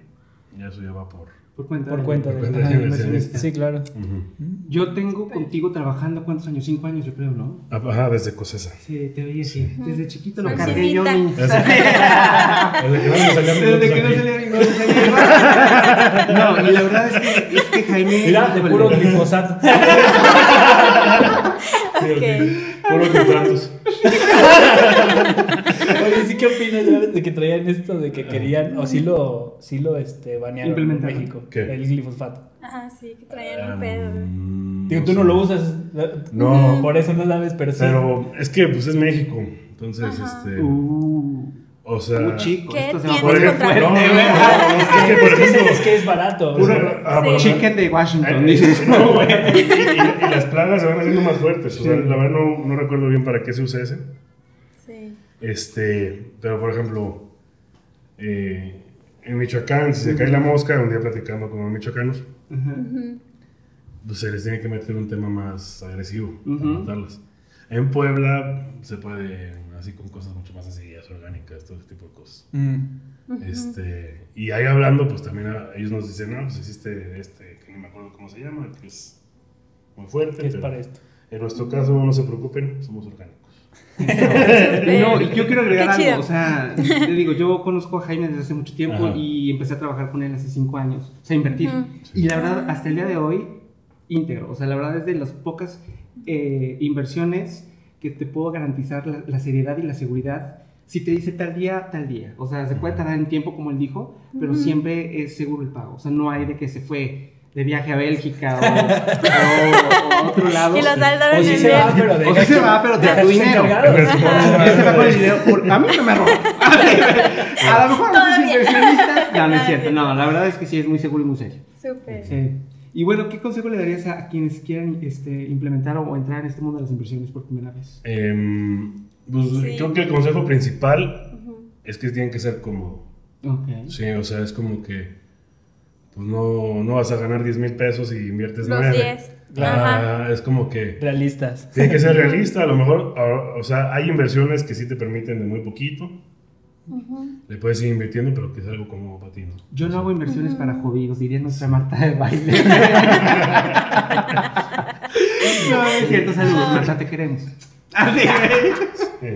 Speaker 1: Ya eso ya va por.
Speaker 2: Por cuenta.
Speaker 4: Por
Speaker 2: del-
Speaker 4: cuenta
Speaker 1: por
Speaker 4: del
Speaker 1: cuenta del
Speaker 4: ajá,
Speaker 1: inversionista.
Speaker 4: Sí, claro.
Speaker 2: Yo tengo contigo trabajando, ¿cuántos años? Cinco años, yo creo, ¿no?
Speaker 1: Ajá, desde Cosesa.
Speaker 2: Sí, te veía así. Desde chiquito lo
Speaker 3: Con
Speaker 2: cargué yo. mi-
Speaker 3: Silvita.
Speaker 1: Desde que no nos salían
Speaker 2: Desde que no
Speaker 1: minutos aquí.
Speaker 2: salía mi no salía mi- No, y la verdad es que, es que Jaime.
Speaker 4: Mira, de
Speaker 2: híjole,
Speaker 4: puro glifosato.
Speaker 3: Ok.
Speaker 1: Puro contratos.
Speaker 4: Oye, ¿sí qué opinas ya de que traían esto de que querían, o sí lo, sí lo este, banearon en
Speaker 2: Implementaron.
Speaker 4: México?
Speaker 1: ¿Qué?
Speaker 4: El glifosato.
Speaker 3: Ajá, sí, que traían
Speaker 1: Ah,
Speaker 3: un pedo.
Speaker 1: mm,
Speaker 4: Digo, tú no lo usas.
Speaker 1: No.
Speaker 4: Por eso no sabes, pero sí.
Speaker 1: Pero es que pues es México. Entonces, este.
Speaker 2: Uh,
Speaker 1: O sea.
Speaker 2: uh, chico,
Speaker 3: ¿Qué
Speaker 2: esto se va a
Speaker 1: Por
Speaker 2: poner
Speaker 1: ejemplo,
Speaker 2: fuerte,
Speaker 1: no, no, no,
Speaker 2: ¿verdad?
Speaker 1: no, es que por
Speaker 4: es, que es,
Speaker 1: ejemplo.
Speaker 4: es que es barato.
Speaker 1: puro-
Speaker 4: o sea,
Speaker 1: ah, bueno,
Speaker 2: Chicken e de Washington.
Speaker 1: Ay,
Speaker 2: dices.
Speaker 1: no, güey. y, y- y las plagas se van haciendo más fuertes. O sea, la verdad no, no recuerdo bien para qué se usa ese.
Speaker 3: Sí.
Speaker 1: Este, pero por ejemplo, eh, en Michoacán, si se cae la mosca, un día platicando con los michoacanos,
Speaker 2: Ajá.
Speaker 1: pues se les tiene que meter un tema más agresivo para
Speaker 2: Ujú.
Speaker 1: matarlas. En Puebla se puede, así con cosas mucho más sencillas, orgánicas, todo ese tipo de cosas.
Speaker 4: mm,
Speaker 1: este, y ahí hablando, pues también a- ellos nos dicen, no, pues existe este, que no me acuerdo cómo se llama, que es muy fuerte.
Speaker 4: ¿Qué es
Speaker 1: pero
Speaker 4: para esto?
Speaker 1: En nuestro caso, no se preocupen, somos orgánicos.
Speaker 2: No, y yo quiero agregar
Speaker 3: Qué
Speaker 2: algo,
Speaker 3: chido.
Speaker 2: o sea, te digo, yo conozco a Jaime desde hace mucho tiempo
Speaker 1: Ajá.
Speaker 2: y empecé a trabajar con él hace cinco años, o sea, invertir.
Speaker 3: Ujú. Ah.
Speaker 2: Y la verdad, hasta el día de hoy, íntegro, o sea, la verdad es de las pocas eh, inversiones que te puedo garantizar la, la seriedad y la seguridad. Si te dice tal día, tal día, o sea, se puede tardar en tiempo como él dijo, pero
Speaker 3: Ujú.
Speaker 2: siempre es seguro el pago, o sea, no hay de que se fue de viaje a Bélgica o, o a otro lado.
Speaker 3: Y los saldaron
Speaker 4: O
Speaker 3: en
Speaker 4: sí
Speaker 3: el
Speaker 4: se va, pero
Speaker 2: O sí se va, pero deja tu
Speaker 4: sus
Speaker 2: dinero.
Speaker 4: encargados.
Speaker 2: Ya se va con el dinero por- A mí no me robó. A lo mejor a los
Speaker 3: Todavía.
Speaker 2: inversionistas. No, no es cierto. No, la verdad es que sí es muy seguro y muy serio.
Speaker 3: Súper.
Speaker 2: Sí. Y bueno, ¿qué consejo le darías a, a quienes quieran este, implementar o entrar en este mundo de las inversiones por primera vez?
Speaker 1: Em, pues,
Speaker 3: Sí.
Speaker 1: Creo que el consejo principal
Speaker 3: Ujú.
Speaker 1: es que tienen que ser cómodo.
Speaker 2: Ok.
Speaker 1: Sí, o sea, es como que pues no, no vas a ganar 10 mil pesos y inviertes
Speaker 3: Los
Speaker 1: 9.
Speaker 3: 10. Ajá.
Speaker 1: Ah, es como que
Speaker 4: Realistas.
Speaker 1: tiene que ser realista. A lo mejor, a- o sea, hay inversiones que sí te permiten de muy poquito.
Speaker 3: Ujú.
Speaker 1: Le puedes ir invirtiendo, pero que es algo cómodo para ti, ¿no?
Speaker 2: Yo no hago inversiones
Speaker 3: Ujú.
Speaker 2: para jodidos, diría nuestra Marta de baile. no, no es cierto, saludos, Marta, te queremos. Así,
Speaker 1: Sí.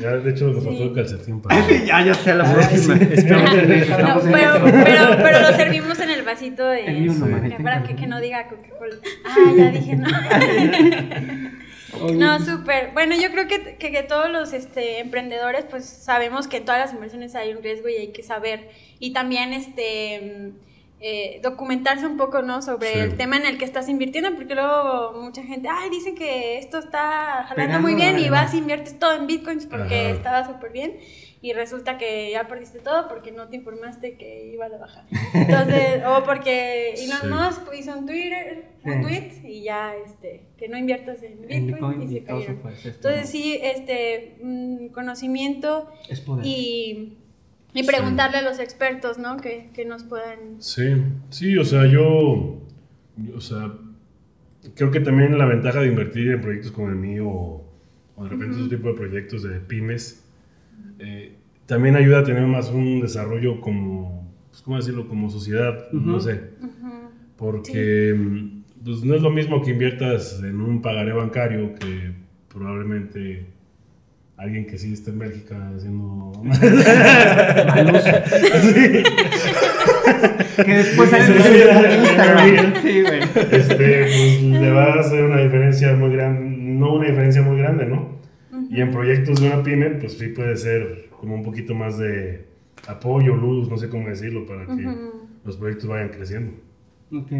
Speaker 1: Ya, de hecho, nos faltó el calcetín para.
Speaker 2: así, ya, ya sé, la
Speaker 4: Ah,
Speaker 2: próxima.
Speaker 4: sí, espero que-
Speaker 3: No,
Speaker 2: Estamos en
Speaker 3: pero,
Speaker 2: esto.
Speaker 3: pero, pero lo servimos en el vasito de.
Speaker 2: El mío no,
Speaker 1: Sí.
Speaker 2: Mari,
Speaker 3: Que
Speaker 2: te
Speaker 3: Para que,
Speaker 2: encargo.
Speaker 3: que no diga Coca-Cola. Ah, ya dije no. No, súper. Bueno, yo creo que, que, que todos los este, emprendedores, pues sabemos que en todas las inversiones hay un riesgo y hay que saber. Y también este mm, eh, documentarse un poco, ¿no? Sobre
Speaker 1: Sí.
Speaker 3: el tema en el que estás invirtiendo, porque luego mucha gente, ay, dicen que esto está jalando
Speaker 2: Pegando,
Speaker 3: muy bien
Speaker 2: dale,
Speaker 3: y vas
Speaker 2: dale.
Speaker 3: e inviertes todo en bitcoins porque
Speaker 1: Ajá.
Speaker 3: estaba súper bien. Y resulta que ya perdiste todo porque no te informaste que iba a bajar. Entonces, o porque Elon
Speaker 1: Sí.
Speaker 3: Musk hizo un Twitter, un
Speaker 2: Sí.
Speaker 3: tweet y ya este, que no inviertas en
Speaker 2: En
Speaker 3: Bitcoin
Speaker 2: Bitcoin
Speaker 3: y
Speaker 2: y
Speaker 3: se
Speaker 2: todo se
Speaker 3: cayeron.
Speaker 2: fue. se fue.
Speaker 3: Entonces sí, este, mm, conocimiento
Speaker 2: Es poder.
Speaker 3: y, y preguntarle a los expertos, ¿no? Que, que nos puedan...
Speaker 1: Sí, sí, o sea, yo, o sea, creo que también la ventaja de invertir en proyectos como el mío o, o de repente otro tipo de proyectos de pymes, eh, también ayuda a tener más un desarrollo como, pues, ¿cómo decirlo? Como sociedad, no
Speaker 2: Ujú.
Speaker 1: sé,
Speaker 3: Ujú.
Speaker 1: Porque pues, no es lo mismo que inviertas en un pagaré bancario que probablemente alguien que sí está en Bélgica haciendo... Sí.
Speaker 2: Que después sale
Speaker 1: Sí,
Speaker 2: en
Speaker 1: sí, sí,
Speaker 2: Instagram.
Speaker 1: sí.
Speaker 2: Sí, güey.
Speaker 1: este, pues, le va a hacer una diferencia muy grande, no una diferencia muy grande, ¿no? Y en proyectos de una pyme, pues sí puede ser como un poquito más de apoyo, luz, no sé cómo decirlo, para que
Speaker 3: Ujú.
Speaker 1: los proyectos vayan creciendo.
Speaker 2: Ok.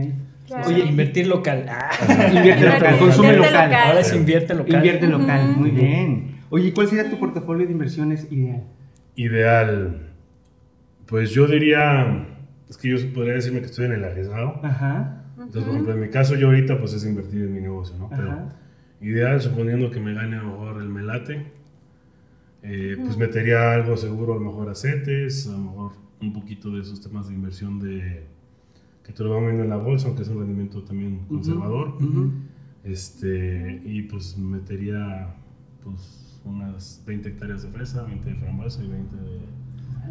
Speaker 3: Claro.
Speaker 4: Oye, invertir local. Ah.
Speaker 2: Invierte local,
Speaker 4: Invierte
Speaker 2: consume
Speaker 3: Invierte
Speaker 2: local.
Speaker 3: local.
Speaker 4: Ahora sí invierte local.
Speaker 2: Invierte local,
Speaker 3: Ujú.
Speaker 2: muy bien. Oye, ¿cuál sería tu portafolio de inversiones ideal?
Speaker 1: Ideal. Pues yo diría, es que yo podría decirme que estoy en el arriesgado.
Speaker 2: Ajá,
Speaker 1: Entonces, por ejemplo, en mi caso, yo ahorita pues es invertir en mi negocio, ¿no? Pero
Speaker 2: ajá.
Speaker 1: ideal, suponiendo que me gane a lo mejor el melate, eh, pues metería algo seguro, a lo mejor a CETES, a lo mejor un poquito de esos temas de inversión de que te lo van viendo en la bolsa, aunque es un rendimiento también conservador.
Speaker 2: Ujú.
Speaker 1: Este, y pues metería pues unas 20 hectáreas de fresa, 20 de frambuesa y 20
Speaker 4: Ah.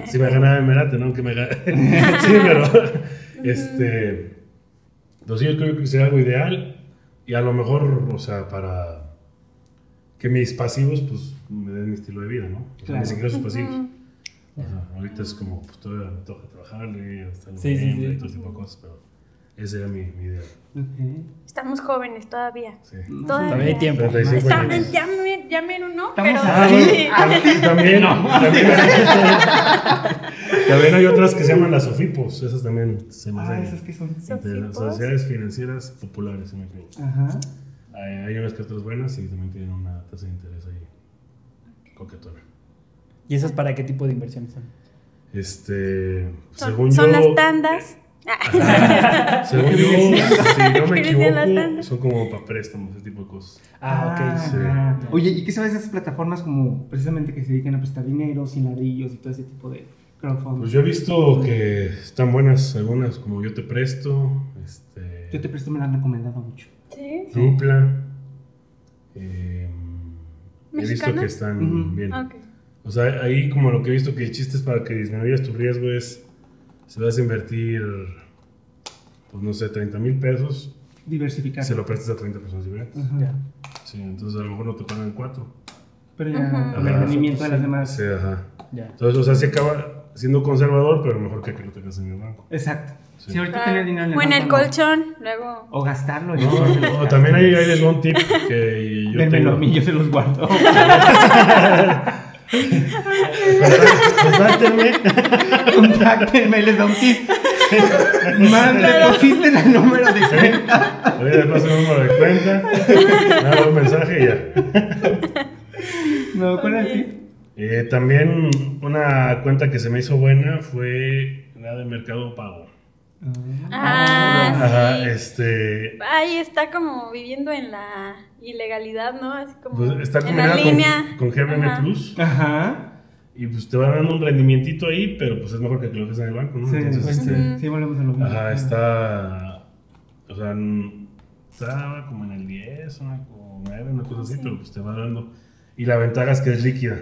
Speaker 1: de... si me ganaba el melate, ¿no? Que me gane. sí, pero... este... Entonces yo creo que sería algo ideal y a lo mejor, o sea, para que mis pasivos pues me den mi estilo de vida, ¿no? O sea,
Speaker 2: Claro.
Speaker 1: Mis ingresos pasivos.
Speaker 3: Ujú.
Speaker 1: O sea, ahorita es como, pues todavía me toca trabajarle, hasta el
Speaker 4: Sí, sí,
Speaker 1: noviembre
Speaker 4: sí.
Speaker 1: y todo ese tipo de cosas, pero ese era mi, mi idea.
Speaker 2: Ok.
Speaker 3: Estamos jóvenes todavía.
Speaker 1: Sí.
Speaker 3: Todavía
Speaker 4: Todavía hay tiempo.
Speaker 1: 35
Speaker 3: Está-
Speaker 1: años.
Speaker 3: ya, me, ya menos no,
Speaker 2: Estamos
Speaker 3: pero
Speaker 1: Ah, bueno,
Speaker 3: sí.
Speaker 1: tam- también, también, también hay otras que se llaman las SOFIPOS, esas también se me
Speaker 2: Ah,
Speaker 1: hacen.
Speaker 2: esas que son.
Speaker 1: De las
Speaker 3: ¿Sofipos?
Speaker 1: sociedades financieras populares, se me ocurre.
Speaker 2: Ajá.
Speaker 1: Hay, hay unas que otras buenas y también tienen una tasa de interés ahí coquetona.
Speaker 4: ¿Y esas para qué tipo de inversiones son?
Speaker 1: Este,
Speaker 3: Son,
Speaker 1: según
Speaker 3: son
Speaker 1: yo,
Speaker 3: las tandas.
Speaker 1: según yo, si no me
Speaker 3: ¿Quieres decir las
Speaker 1: equivoco,
Speaker 3: tandas?
Speaker 1: son como para préstamos, ese tipo de cosas.
Speaker 4: Ah, ok.
Speaker 1: sí.
Speaker 2: ajá. Oye, ¿y qué sabes de esas plataformas como precisamente que se dedican a prestar dinero, sin ladrillos y todo ese tipo de crowdfunding?
Speaker 1: Pues yo he visto que están buenas algunas, como Yo Te Presto, este,
Speaker 2: Yo te presto, me la han recomendado mucho.
Speaker 3: Sí.
Speaker 1: Dupla. eh, he visto
Speaker 3: ¿Mexicana? Ah,
Speaker 1: que están
Speaker 2: Ujú.
Speaker 1: bien.
Speaker 3: Ok.
Speaker 1: O sea, ahí como lo que he visto que el chiste es para que disminuyas tu riesgo es, si vas a invertir, pues no sé, 30 mil pesos,
Speaker 2: Diversificar.
Speaker 1: se lo prestas a 30 personas diferentes.
Speaker 2: Ajá.
Speaker 4: Ya.
Speaker 1: Sí, entonces a lo mejor no te pagan el 4.
Speaker 2: Pero ya,
Speaker 3: Ajá.
Speaker 2: con el
Speaker 1: Ajá.
Speaker 2: rendimiento de las demás.
Speaker 1: Sí, ajá.
Speaker 4: Ya.
Speaker 1: Entonces, o sea, se acaba siendo conservador, pero mejor que que lo tengas en el banco.
Speaker 2: Exacto.
Speaker 1: Sí.
Speaker 2: Si ahorita tener dinero en el
Speaker 3: Claro. Ah, O en
Speaker 2: banco,
Speaker 3: el
Speaker 2: no.
Speaker 3: colchón, luego.
Speaker 2: O gastarlo.
Speaker 1: No, o también ahí, ahí les doy un tip que yo
Speaker 2: Denmelo
Speaker 1: tengo.
Speaker 2: a mí, yo se los guardo.
Speaker 1: Contáctenme.
Speaker 2: Contáctenme, les da un tip. Mande, depositen el número de cuenta.
Speaker 1: Voy a dar paso el número de cuenta, nada, un mensaje y ya.
Speaker 2: No, con el
Speaker 3: Ok.
Speaker 2: tip.
Speaker 1: Eh, también una cuenta que se me hizo buena fue la de Mercado Pago.
Speaker 3: Ah,
Speaker 1: Ajá,
Speaker 3: sí.
Speaker 1: este.
Speaker 3: Ahí está como viviendo en la ilegalidad, ¿no? Así como
Speaker 1: pues, está
Speaker 3: en la
Speaker 1: combinada
Speaker 3: línea.
Speaker 1: con, con GBM
Speaker 3: Ajá.
Speaker 1: Plus
Speaker 2: Ajá.
Speaker 1: y pues te va dando un rendimiento ahí, pero pues es mejor que que lo dejes en el banco, ¿no?
Speaker 4: Mm,
Speaker 2: Sí,
Speaker 1: Entonces,
Speaker 2: sí,
Speaker 1: este,
Speaker 2: sí, volvemos a lo mismo.
Speaker 1: ajá, está. O sea, n- estaba como en el 10, una, o 9, una cosa así, pero pues te va dando. Y la ventaja es que es líquida.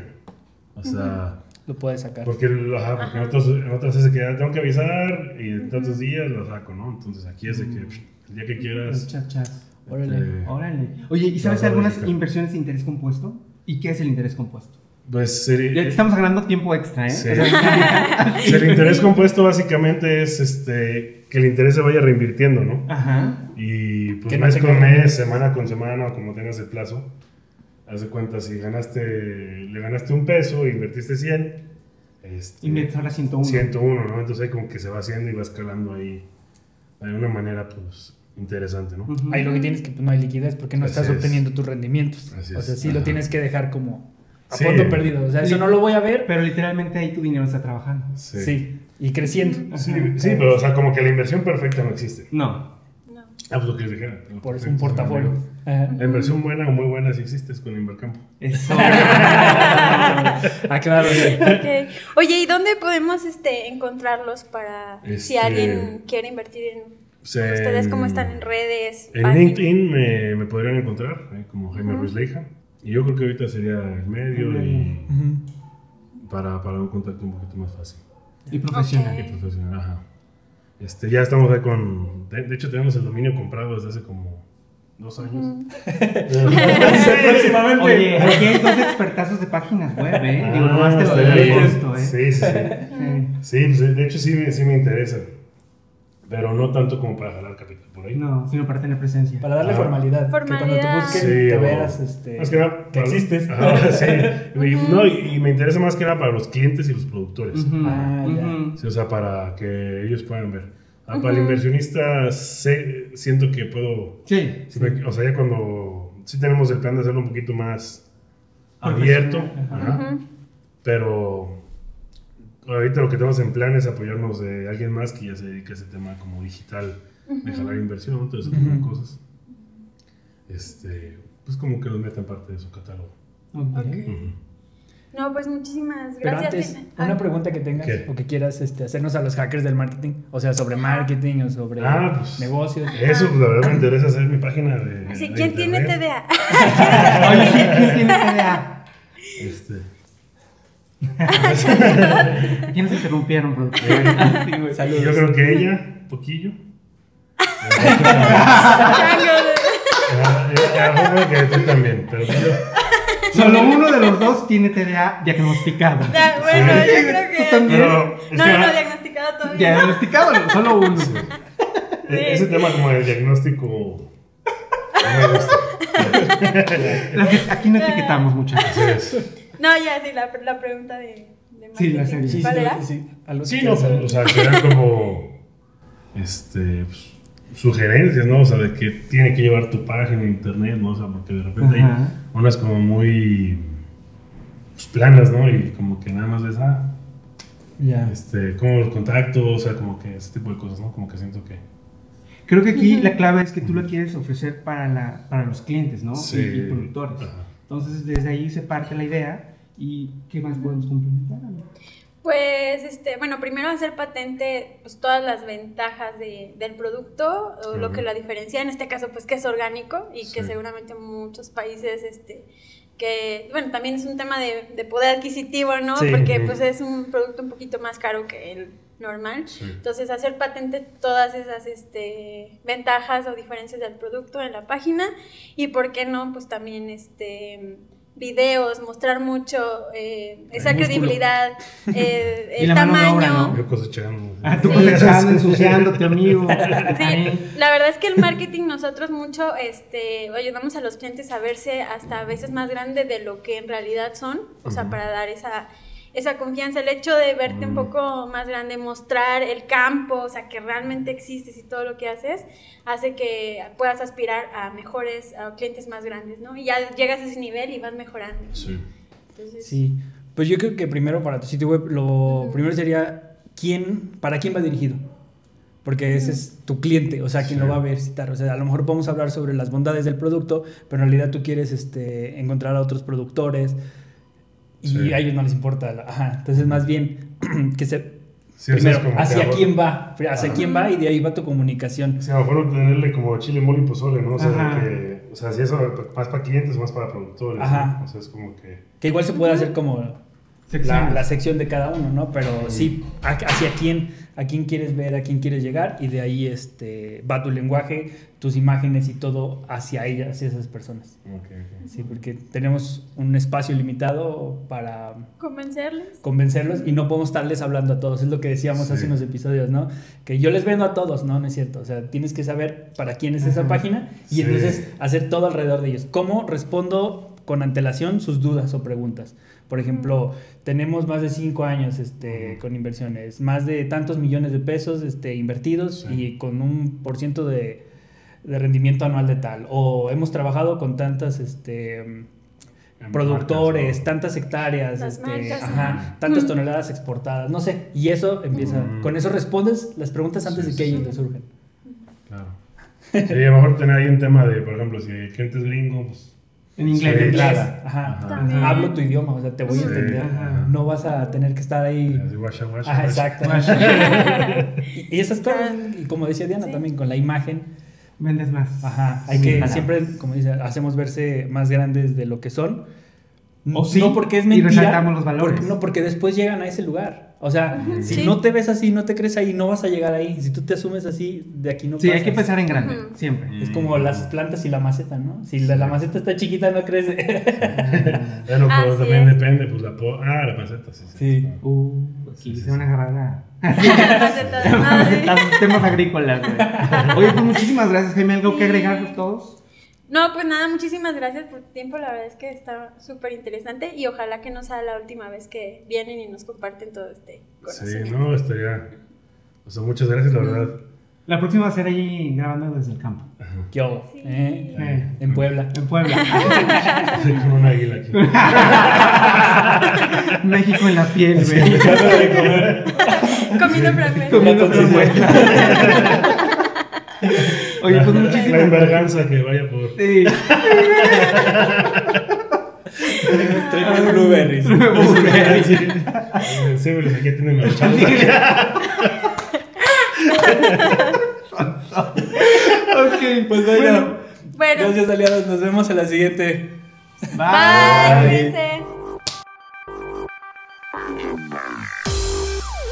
Speaker 1: O sea.
Speaker 4: Lo puedes sacar.
Speaker 1: Porque, el- ajá, porque en, otros, en otras veces que ya tengo que avisar y en tantos días lo saco, ¿no? Entonces aquí es de que pff, el día que
Speaker 2: Los
Speaker 1: quieras.
Speaker 2: chachas.
Speaker 4: Órale.
Speaker 1: eh,
Speaker 2: Órale. Oye, ¿y sabes
Speaker 1: Ajá,
Speaker 2: algunas
Speaker 1: ahorita.
Speaker 2: inversiones de interés compuesto? ¿Y qué es el interés compuesto?
Speaker 1: pues sería-
Speaker 2: Ya te estamos ganando tiempo extra, ¿eh?
Speaker 1: Sí.
Speaker 2: O sea,
Speaker 1: pues, el interés compuesto básicamente es este que el interés se vaya reinvirtiendo, ¿no?
Speaker 2: Ajá.
Speaker 1: Y pues
Speaker 4: Que no
Speaker 1: mes
Speaker 4: se
Speaker 1: con
Speaker 4: caiga.
Speaker 1: mes, semana con semana o como tengas el plazo, haz de cuenta si ganaste, le ganaste un peso, invertiste 100, este,
Speaker 2: Y metes ahora 101.
Speaker 1: 101, ¿no? Entonces ahí como que se va haciendo y va escalando ahí de una manera pues interesante, ¿no?
Speaker 2: Ujú.
Speaker 4: Ahí lo que tienes que pues, no hay liquidez porque no
Speaker 1: Así
Speaker 4: estás
Speaker 1: es.
Speaker 4: obteniendo tus rendimientos.
Speaker 1: Así
Speaker 4: o sea,
Speaker 1: es.
Speaker 4: sí lo
Speaker 1: Ajá.
Speaker 4: tienes que dejar como a
Speaker 1: Sí.
Speaker 4: fondo perdido. O sea, eso no lo voy a ver.
Speaker 2: Pero literalmente ahí tu dinero está trabajando.
Speaker 1: Sí.
Speaker 4: Sí. Y creciendo.
Speaker 1: Sí,
Speaker 2: Ajá.
Speaker 1: sí, pero o sea, como que la inversión perfecta no existe.
Speaker 2: No.
Speaker 3: No.
Speaker 1: Ah, pues lo que les dijera. lo
Speaker 4: Por eso
Speaker 1: perfecto,
Speaker 4: un portafolio.
Speaker 1: amigo.
Speaker 4: Ajá.
Speaker 1: La inversión buena o muy buena sí existe es con Invercampo.
Speaker 2: Eso.
Speaker 4: Ah, claro. sí.
Speaker 3: Ok. Oye, ¿y dónde podemos este, encontrarlos para si
Speaker 1: Este-
Speaker 3: alguien quiere invertir en
Speaker 1: O sea,
Speaker 3: ustedes? ¿Cómo están en redes?
Speaker 1: En
Speaker 3: páginas?
Speaker 1: LinkedIn me, me podrían encontrar, eh, como Jaime
Speaker 3: Ujú.
Speaker 1: Ruiz Leija. Y yo creo que ahorita sería el medio
Speaker 2: El
Speaker 1: y
Speaker 4: Ujú.
Speaker 1: para, para un contacto un poquito más fácil.
Speaker 2: y profesional.
Speaker 1: Y profesional, ajá. Este, ya estamos ahí con. De, de hecho, tenemos el dominio comprado desde hace como dos años.
Speaker 4: Próximamente.
Speaker 2: Oye, aquí hay dos expertazos de páginas web, ¿eh? Digo, no
Speaker 1: Ah,
Speaker 2: has
Speaker 1: está
Speaker 2: tenido
Speaker 1: bien.
Speaker 2: esto, ¿eh?
Speaker 1: Sí, sí, sí.
Speaker 2: Sí.
Speaker 1: Sí, pues, de hecho sí, me- sí me interesa. Pero no tanto como para jalar capital por ahí.
Speaker 2: No, sino para tener presencia.
Speaker 4: Para darle
Speaker 1: Ah.
Speaker 4: formalidad. Que cuando te
Speaker 2: Ah.
Speaker 3: Formalidad.
Speaker 4: busquen,
Speaker 1: Sí,
Speaker 4: te
Speaker 1: o-
Speaker 4: veas este,
Speaker 1: Más que nada,
Speaker 4: que
Speaker 1: para-
Speaker 4: existes.
Speaker 1: Ajá, sí. Y, no, y y me interesa más que nada para los clientes y los productores.
Speaker 2: Ujú,
Speaker 4: Ah, ya.
Speaker 2: ujú.
Speaker 1: Sí, o sea, para que ellos puedan ver. Ah, Para el
Speaker 3: Ujú.
Speaker 1: inversionista sé- siento que puedo...
Speaker 2: Sí.
Speaker 1: sí me- o sea, ya cuando... Sí tenemos el plan de hacerlo un poquito más abierto.
Speaker 2: Profesional,
Speaker 1: ajá. Pero ahorita lo que tenemos en plan es apoyarnos de alguien más que ya se dedica a ese tema como digital, de jalar inversión, todo ese tipo de
Speaker 4: Ujú.
Speaker 1: cosas. Este, pues como que nos metan parte de su catálogo.
Speaker 2: Ok.
Speaker 3: Ok. No, pues muchísimas
Speaker 4: Pero
Speaker 3: gracias.
Speaker 4: antes,
Speaker 3: Tina.
Speaker 4: una
Speaker 3: Ah.
Speaker 4: pregunta que tengas
Speaker 1: ¿Qué?
Speaker 4: o que quieras este, hacernos a los hackers del marketing, o sea, sobre marketing o sobre
Speaker 1: Ah, pues.
Speaker 4: negocios.
Speaker 1: Eso, pues, la verdad, me interesa hacer mi página de.
Speaker 3: Sí,
Speaker 1: de
Speaker 3: ¿quién tiene
Speaker 1: internet.
Speaker 3: TDA?
Speaker 2: Oye, sí, ¿quién tiene TDA?
Speaker 1: Este,
Speaker 2: ¿Quién nos interrumpieron, productor? Sí, güey.
Speaker 4: Saludos.
Speaker 1: yo creo que ella, un poquillo. Ah, eh, Arroba que tú también, pero yo.
Speaker 2: Solo uno de los dos tiene TDA diagnosticado.
Speaker 3: Ya, bueno,
Speaker 1: Sí.
Speaker 3: yo creo
Speaker 2: Tú
Speaker 3: que.
Speaker 2: también.
Speaker 1: Pero, es
Speaker 3: No,
Speaker 1: que-
Speaker 3: no, no, diagnosticado todavía. no.
Speaker 2: Diagnosticado, no, solo uno.
Speaker 1: E- Ese tema como del diagnóstico. No me gusta.
Speaker 2: Las que- Aquí no etiquetamos muchachos.
Speaker 1: Entonces,
Speaker 3: No, ya, sí, la, la pregunta de. de
Speaker 2: Sí, la
Speaker 3: marketing.
Speaker 2: serie.
Speaker 4: Sí, sí,
Speaker 3: ¿Cuál era?
Speaker 4: sí, sí, a los
Speaker 1: sí,
Speaker 4: que
Speaker 1: no,
Speaker 4: quieras saber.
Speaker 1: o sea, serán como. Este. pues, Sugerencias, ¿no? O sea, de que tiene que llevar tu página en internet, ¿no? O sea, porque de repente
Speaker 2: Ajá.
Speaker 1: hay unas como muy pues, planas, ¿no? Y como que nada más ves, ah,
Speaker 4: Ya.
Speaker 1: este, como los contactos, o sea, como que ese tipo de cosas, ¿no? Como que siento que.
Speaker 2: Creo que aquí la clave es que tú la quieres ofrecer para, la, para los clientes, ¿no?
Speaker 1: Sí.
Speaker 2: Y, y productores.
Speaker 1: Ajá.
Speaker 2: Entonces, desde ahí se parte la idea. ¿Y qué más podemos complementar? amigo?
Speaker 3: Pues, este, bueno, primero hacer patente pues, todas las ventajas de- del producto, o lo
Speaker 1: Ujú.
Speaker 3: que la diferencia, en este caso, pues que es orgánico y que
Speaker 1: Sí.
Speaker 3: seguramente muchos países, este, que, bueno, también es un tema de, de poder adquisitivo, ¿no?
Speaker 4: Sí.
Speaker 3: Porque
Speaker 1: Ujú.
Speaker 3: pues es un producto un poquito más caro que el normal.
Speaker 1: Sí.
Speaker 3: Entonces, hacer patente todas esas este, ventajas o diferencias del producto en la página y, ¿por qué no? Pues también, este videos, mostrar mucho eh, esa
Speaker 4: músculo.
Speaker 3: credibilidad, eh,
Speaker 2: Y
Speaker 3: el
Speaker 2: la mano de
Speaker 3: tamaño.
Speaker 2: obra, ¿no?
Speaker 1: Yo cosechando.
Speaker 2: Ah, tú
Speaker 3: Sí.
Speaker 2: cosechando, ensuciándote, amigo.
Speaker 3: Sí, la verdad es que el marketing nosotros mucho este, ayudamos a los clientes a verse hasta a veces más grande de lo que en realidad son, o sea,
Speaker 1: Ujú.
Speaker 3: para dar esa, esa confianza, el hecho de verte un
Speaker 1: Mm.
Speaker 3: poco más grande, mostrar el campo, o sea, que realmente existes y todo lo que haces, hace que puedas aspirar a mejores, a clientes más grandes, ¿no? Y ya llegas a ese nivel y vas mejorando.
Speaker 1: Sí.
Speaker 3: Entonces,
Speaker 4: Sí. Pues yo creo que primero para tu sitio web, lo primero sería quién, para quién va dirigido. Porque ese es tu cliente, o sea, quien
Speaker 1: Sí.
Speaker 4: lo va a visitar. O sea, a lo mejor podemos hablar sobre las bondades del producto, pero en realidad tú quieres este, encontrar a otros productores y
Speaker 1: Sí.
Speaker 4: a ellos no les importa. la- Ajá. Entonces, más bien que se.
Speaker 1: Sí, o sea,
Speaker 4: primero,
Speaker 1: es como que
Speaker 4: hacia
Speaker 1: ahora-
Speaker 4: quién va, hacia
Speaker 1: Ajá.
Speaker 4: quién va y de ahí va tu comunicación.
Speaker 1: O sea, a lo mejor tenerle como chile, mole y pozole, ¿no? O sea,
Speaker 2: Ajá.
Speaker 1: de que, o sea si eso más para clientes, más para productores.
Speaker 4: Ajá.
Speaker 1: ¿no? O sea, es como que.
Speaker 4: Que igual se puede hacer como la,
Speaker 2: Secciones.
Speaker 4: la sección de cada uno, ¿no? Pero sí, a- hacia quién, a quién quieres ver, a quién quieres llegar, y de ahí este, va tu lenguaje, tus imágenes y todo hacia ellas, hacia esas personas. Sí, porque tenemos un espacio limitado para
Speaker 3: convencerles.
Speaker 4: convencerlos y no podemos estarles hablando a todos. Es lo que decíamos
Speaker 1: Sí.
Speaker 4: hace unos episodios, ¿no? Que yo les vendo a todos, no, no es cierto. O sea, tienes que saber para quién es esa
Speaker 2: Ajá.
Speaker 4: página y
Speaker 1: Sí.
Speaker 4: entonces hacer todo alrededor de ellos. ¿Cómo respondo con antelación sus dudas o preguntas? Por ejemplo, tenemos más de cinco años este,
Speaker 1: Ujú.
Speaker 4: con inversiones, más de tantos millones de pesos este, invertidos
Speaker 1: Sí.
Speaker 4: y con un por ciento de, de rendimiento anual de tal. O hemos trabajado con tantas... Este, productores, tantas hectáreas,
Speaker 3: Las
Speaker 4: este,
Speaker 3: marcas,
Speaker 4: ajá,
Speaker 3: ajá.
Speaker 4: tantas
Speaker 3: Mm.
Speaker 4: toneladas exportadas, no sé. Y eso empieza,
Speaker 1: Mm.
Speaker 4: con eso respondes las preguntas antes
Speaker 1: Sí,
Speaker 4: de que
Speaker 1: sí,
Speaker 4: ellos
Speaker 1: sí.
Speaker 4: te surgen.
Speaker 1: Claro. Sí, a lo mejor tener ahí un tema de, por ejemplo, si el cliente es gringo, pues.
Speaker 2: En
Speaker 1: Sí,
Speaker 2: inglés.
Speaker 1: claro.
Speaker 4: Claro, ajá.
Speaker 1: Ajá.
Speaker 2: Mm.
Speaker 3: También.
Speaker 4: Hablo tu idioma, o sea, te voy a
Speaker 1: Sí,
Speaker 4: entender.
Speaker 1: ajá.
Speaker 4: No vas a tener que estar ahí.
Speaker 1: así, guasha, guasha,
Speaker 4: Ajá,
Speaker 1: guasha.
Speaker 4: exacto. y y esas cosas, y como decía Diana
Speaker 3: Ah. Sí.
Speaker 4: también, con la imagen,
Speaker 2: Vendes más.
Speaker 4: ajá, hay
Speaker 2: Sí,
Speaker 4: que
Speaker 2: ojalá.
Speaker 4: siempre, como dice, hacemos verse más grandes de lo que son.
Speaker 2: O sí,
Speaker 4: no porque es
Speaker 2: y
Speaker 4: mentira,
Speaker 2: resaltamos los valores.
Speaker 4: porque- no porque después llegan a ese lugar. O sea, si
Speaker 3: Sí.
Speaker 4: no te ves así, no te crees ahí, no vas a llegar ahí. Si tú te asumes así, de aquí no
Speaker 2: Sí, hay
Speaker 4: pasas.
Speaker 2: que pensar en grande,
Speaker 3: Ujú.
Speaker 2: siempre.
Speaker 4: Es como las plantas y la maceta, ¿no? Si la, la maceta está chiquita, no crece.
Speaker 1: Bueno, pero
Speaker 3: Así
Speaker 1: también
Speaker 3: es.
Speaker 1: depende, pues la po Ah, la maceta, sí.
Speaker 4: Sí.
Speaker 2: Uh, aquí
Speaker 1: Sí, sí,
Speaker 2: se van a
Speaker 1: sí.
Speaker 2: agarrar a...
Speaker 3: Faceta de madre.
Speaker 2: Los temas agrícolas, güey. Oye, pues muchísimas gracias, Jaime. ¿Algo que agregar todos?
Speaker 3: No, pues nada, muchísimas gracias por tu tiempo. La verdad es que está súper interesante y ojalá que no sea la última vez que vienen y nos comparten todo este
Speaker 1: Sí,
Speaker 3: conocimiento.
Speaker 1: no, estaría. O sea, muchas gracias, la verdad.
Speaker 2: La próxima va a ser ahí grabando desde el campo.
Speaker 4: ¿Qué hago?
Speaker 3: Sí.
Speaker 4: ¿Eh?
Speaker 2: Eh,
Speaker 4: En Puebla.
Speaker 2: en Puebla.
Speaker 1: Soy como un águila aquí.
Speaker 2: México en la piel, güey.
Speaker 3: Comiendo fragmentos.
Speaker 2: Comiendo
Speaker 4: La consecuencia.
Speaker 2: fresa. Oye, pues
Speaker 1: La
Speaker 2: muchísimas gracias.
Speaker 1: enverganza que vaya por.
Speaker 2: Sí.
Speaker 4: Tres blueberries.
Speaker 1: Invencibles, aquí tienen la chamba.
Speaker 2: ok,
Speaker 4: Pues bueno,
Speaker 3: Bueno.
Speaker 4: gracias aliados, nos vemos en la siguiente.
Speaker 3: Bye, cuídense.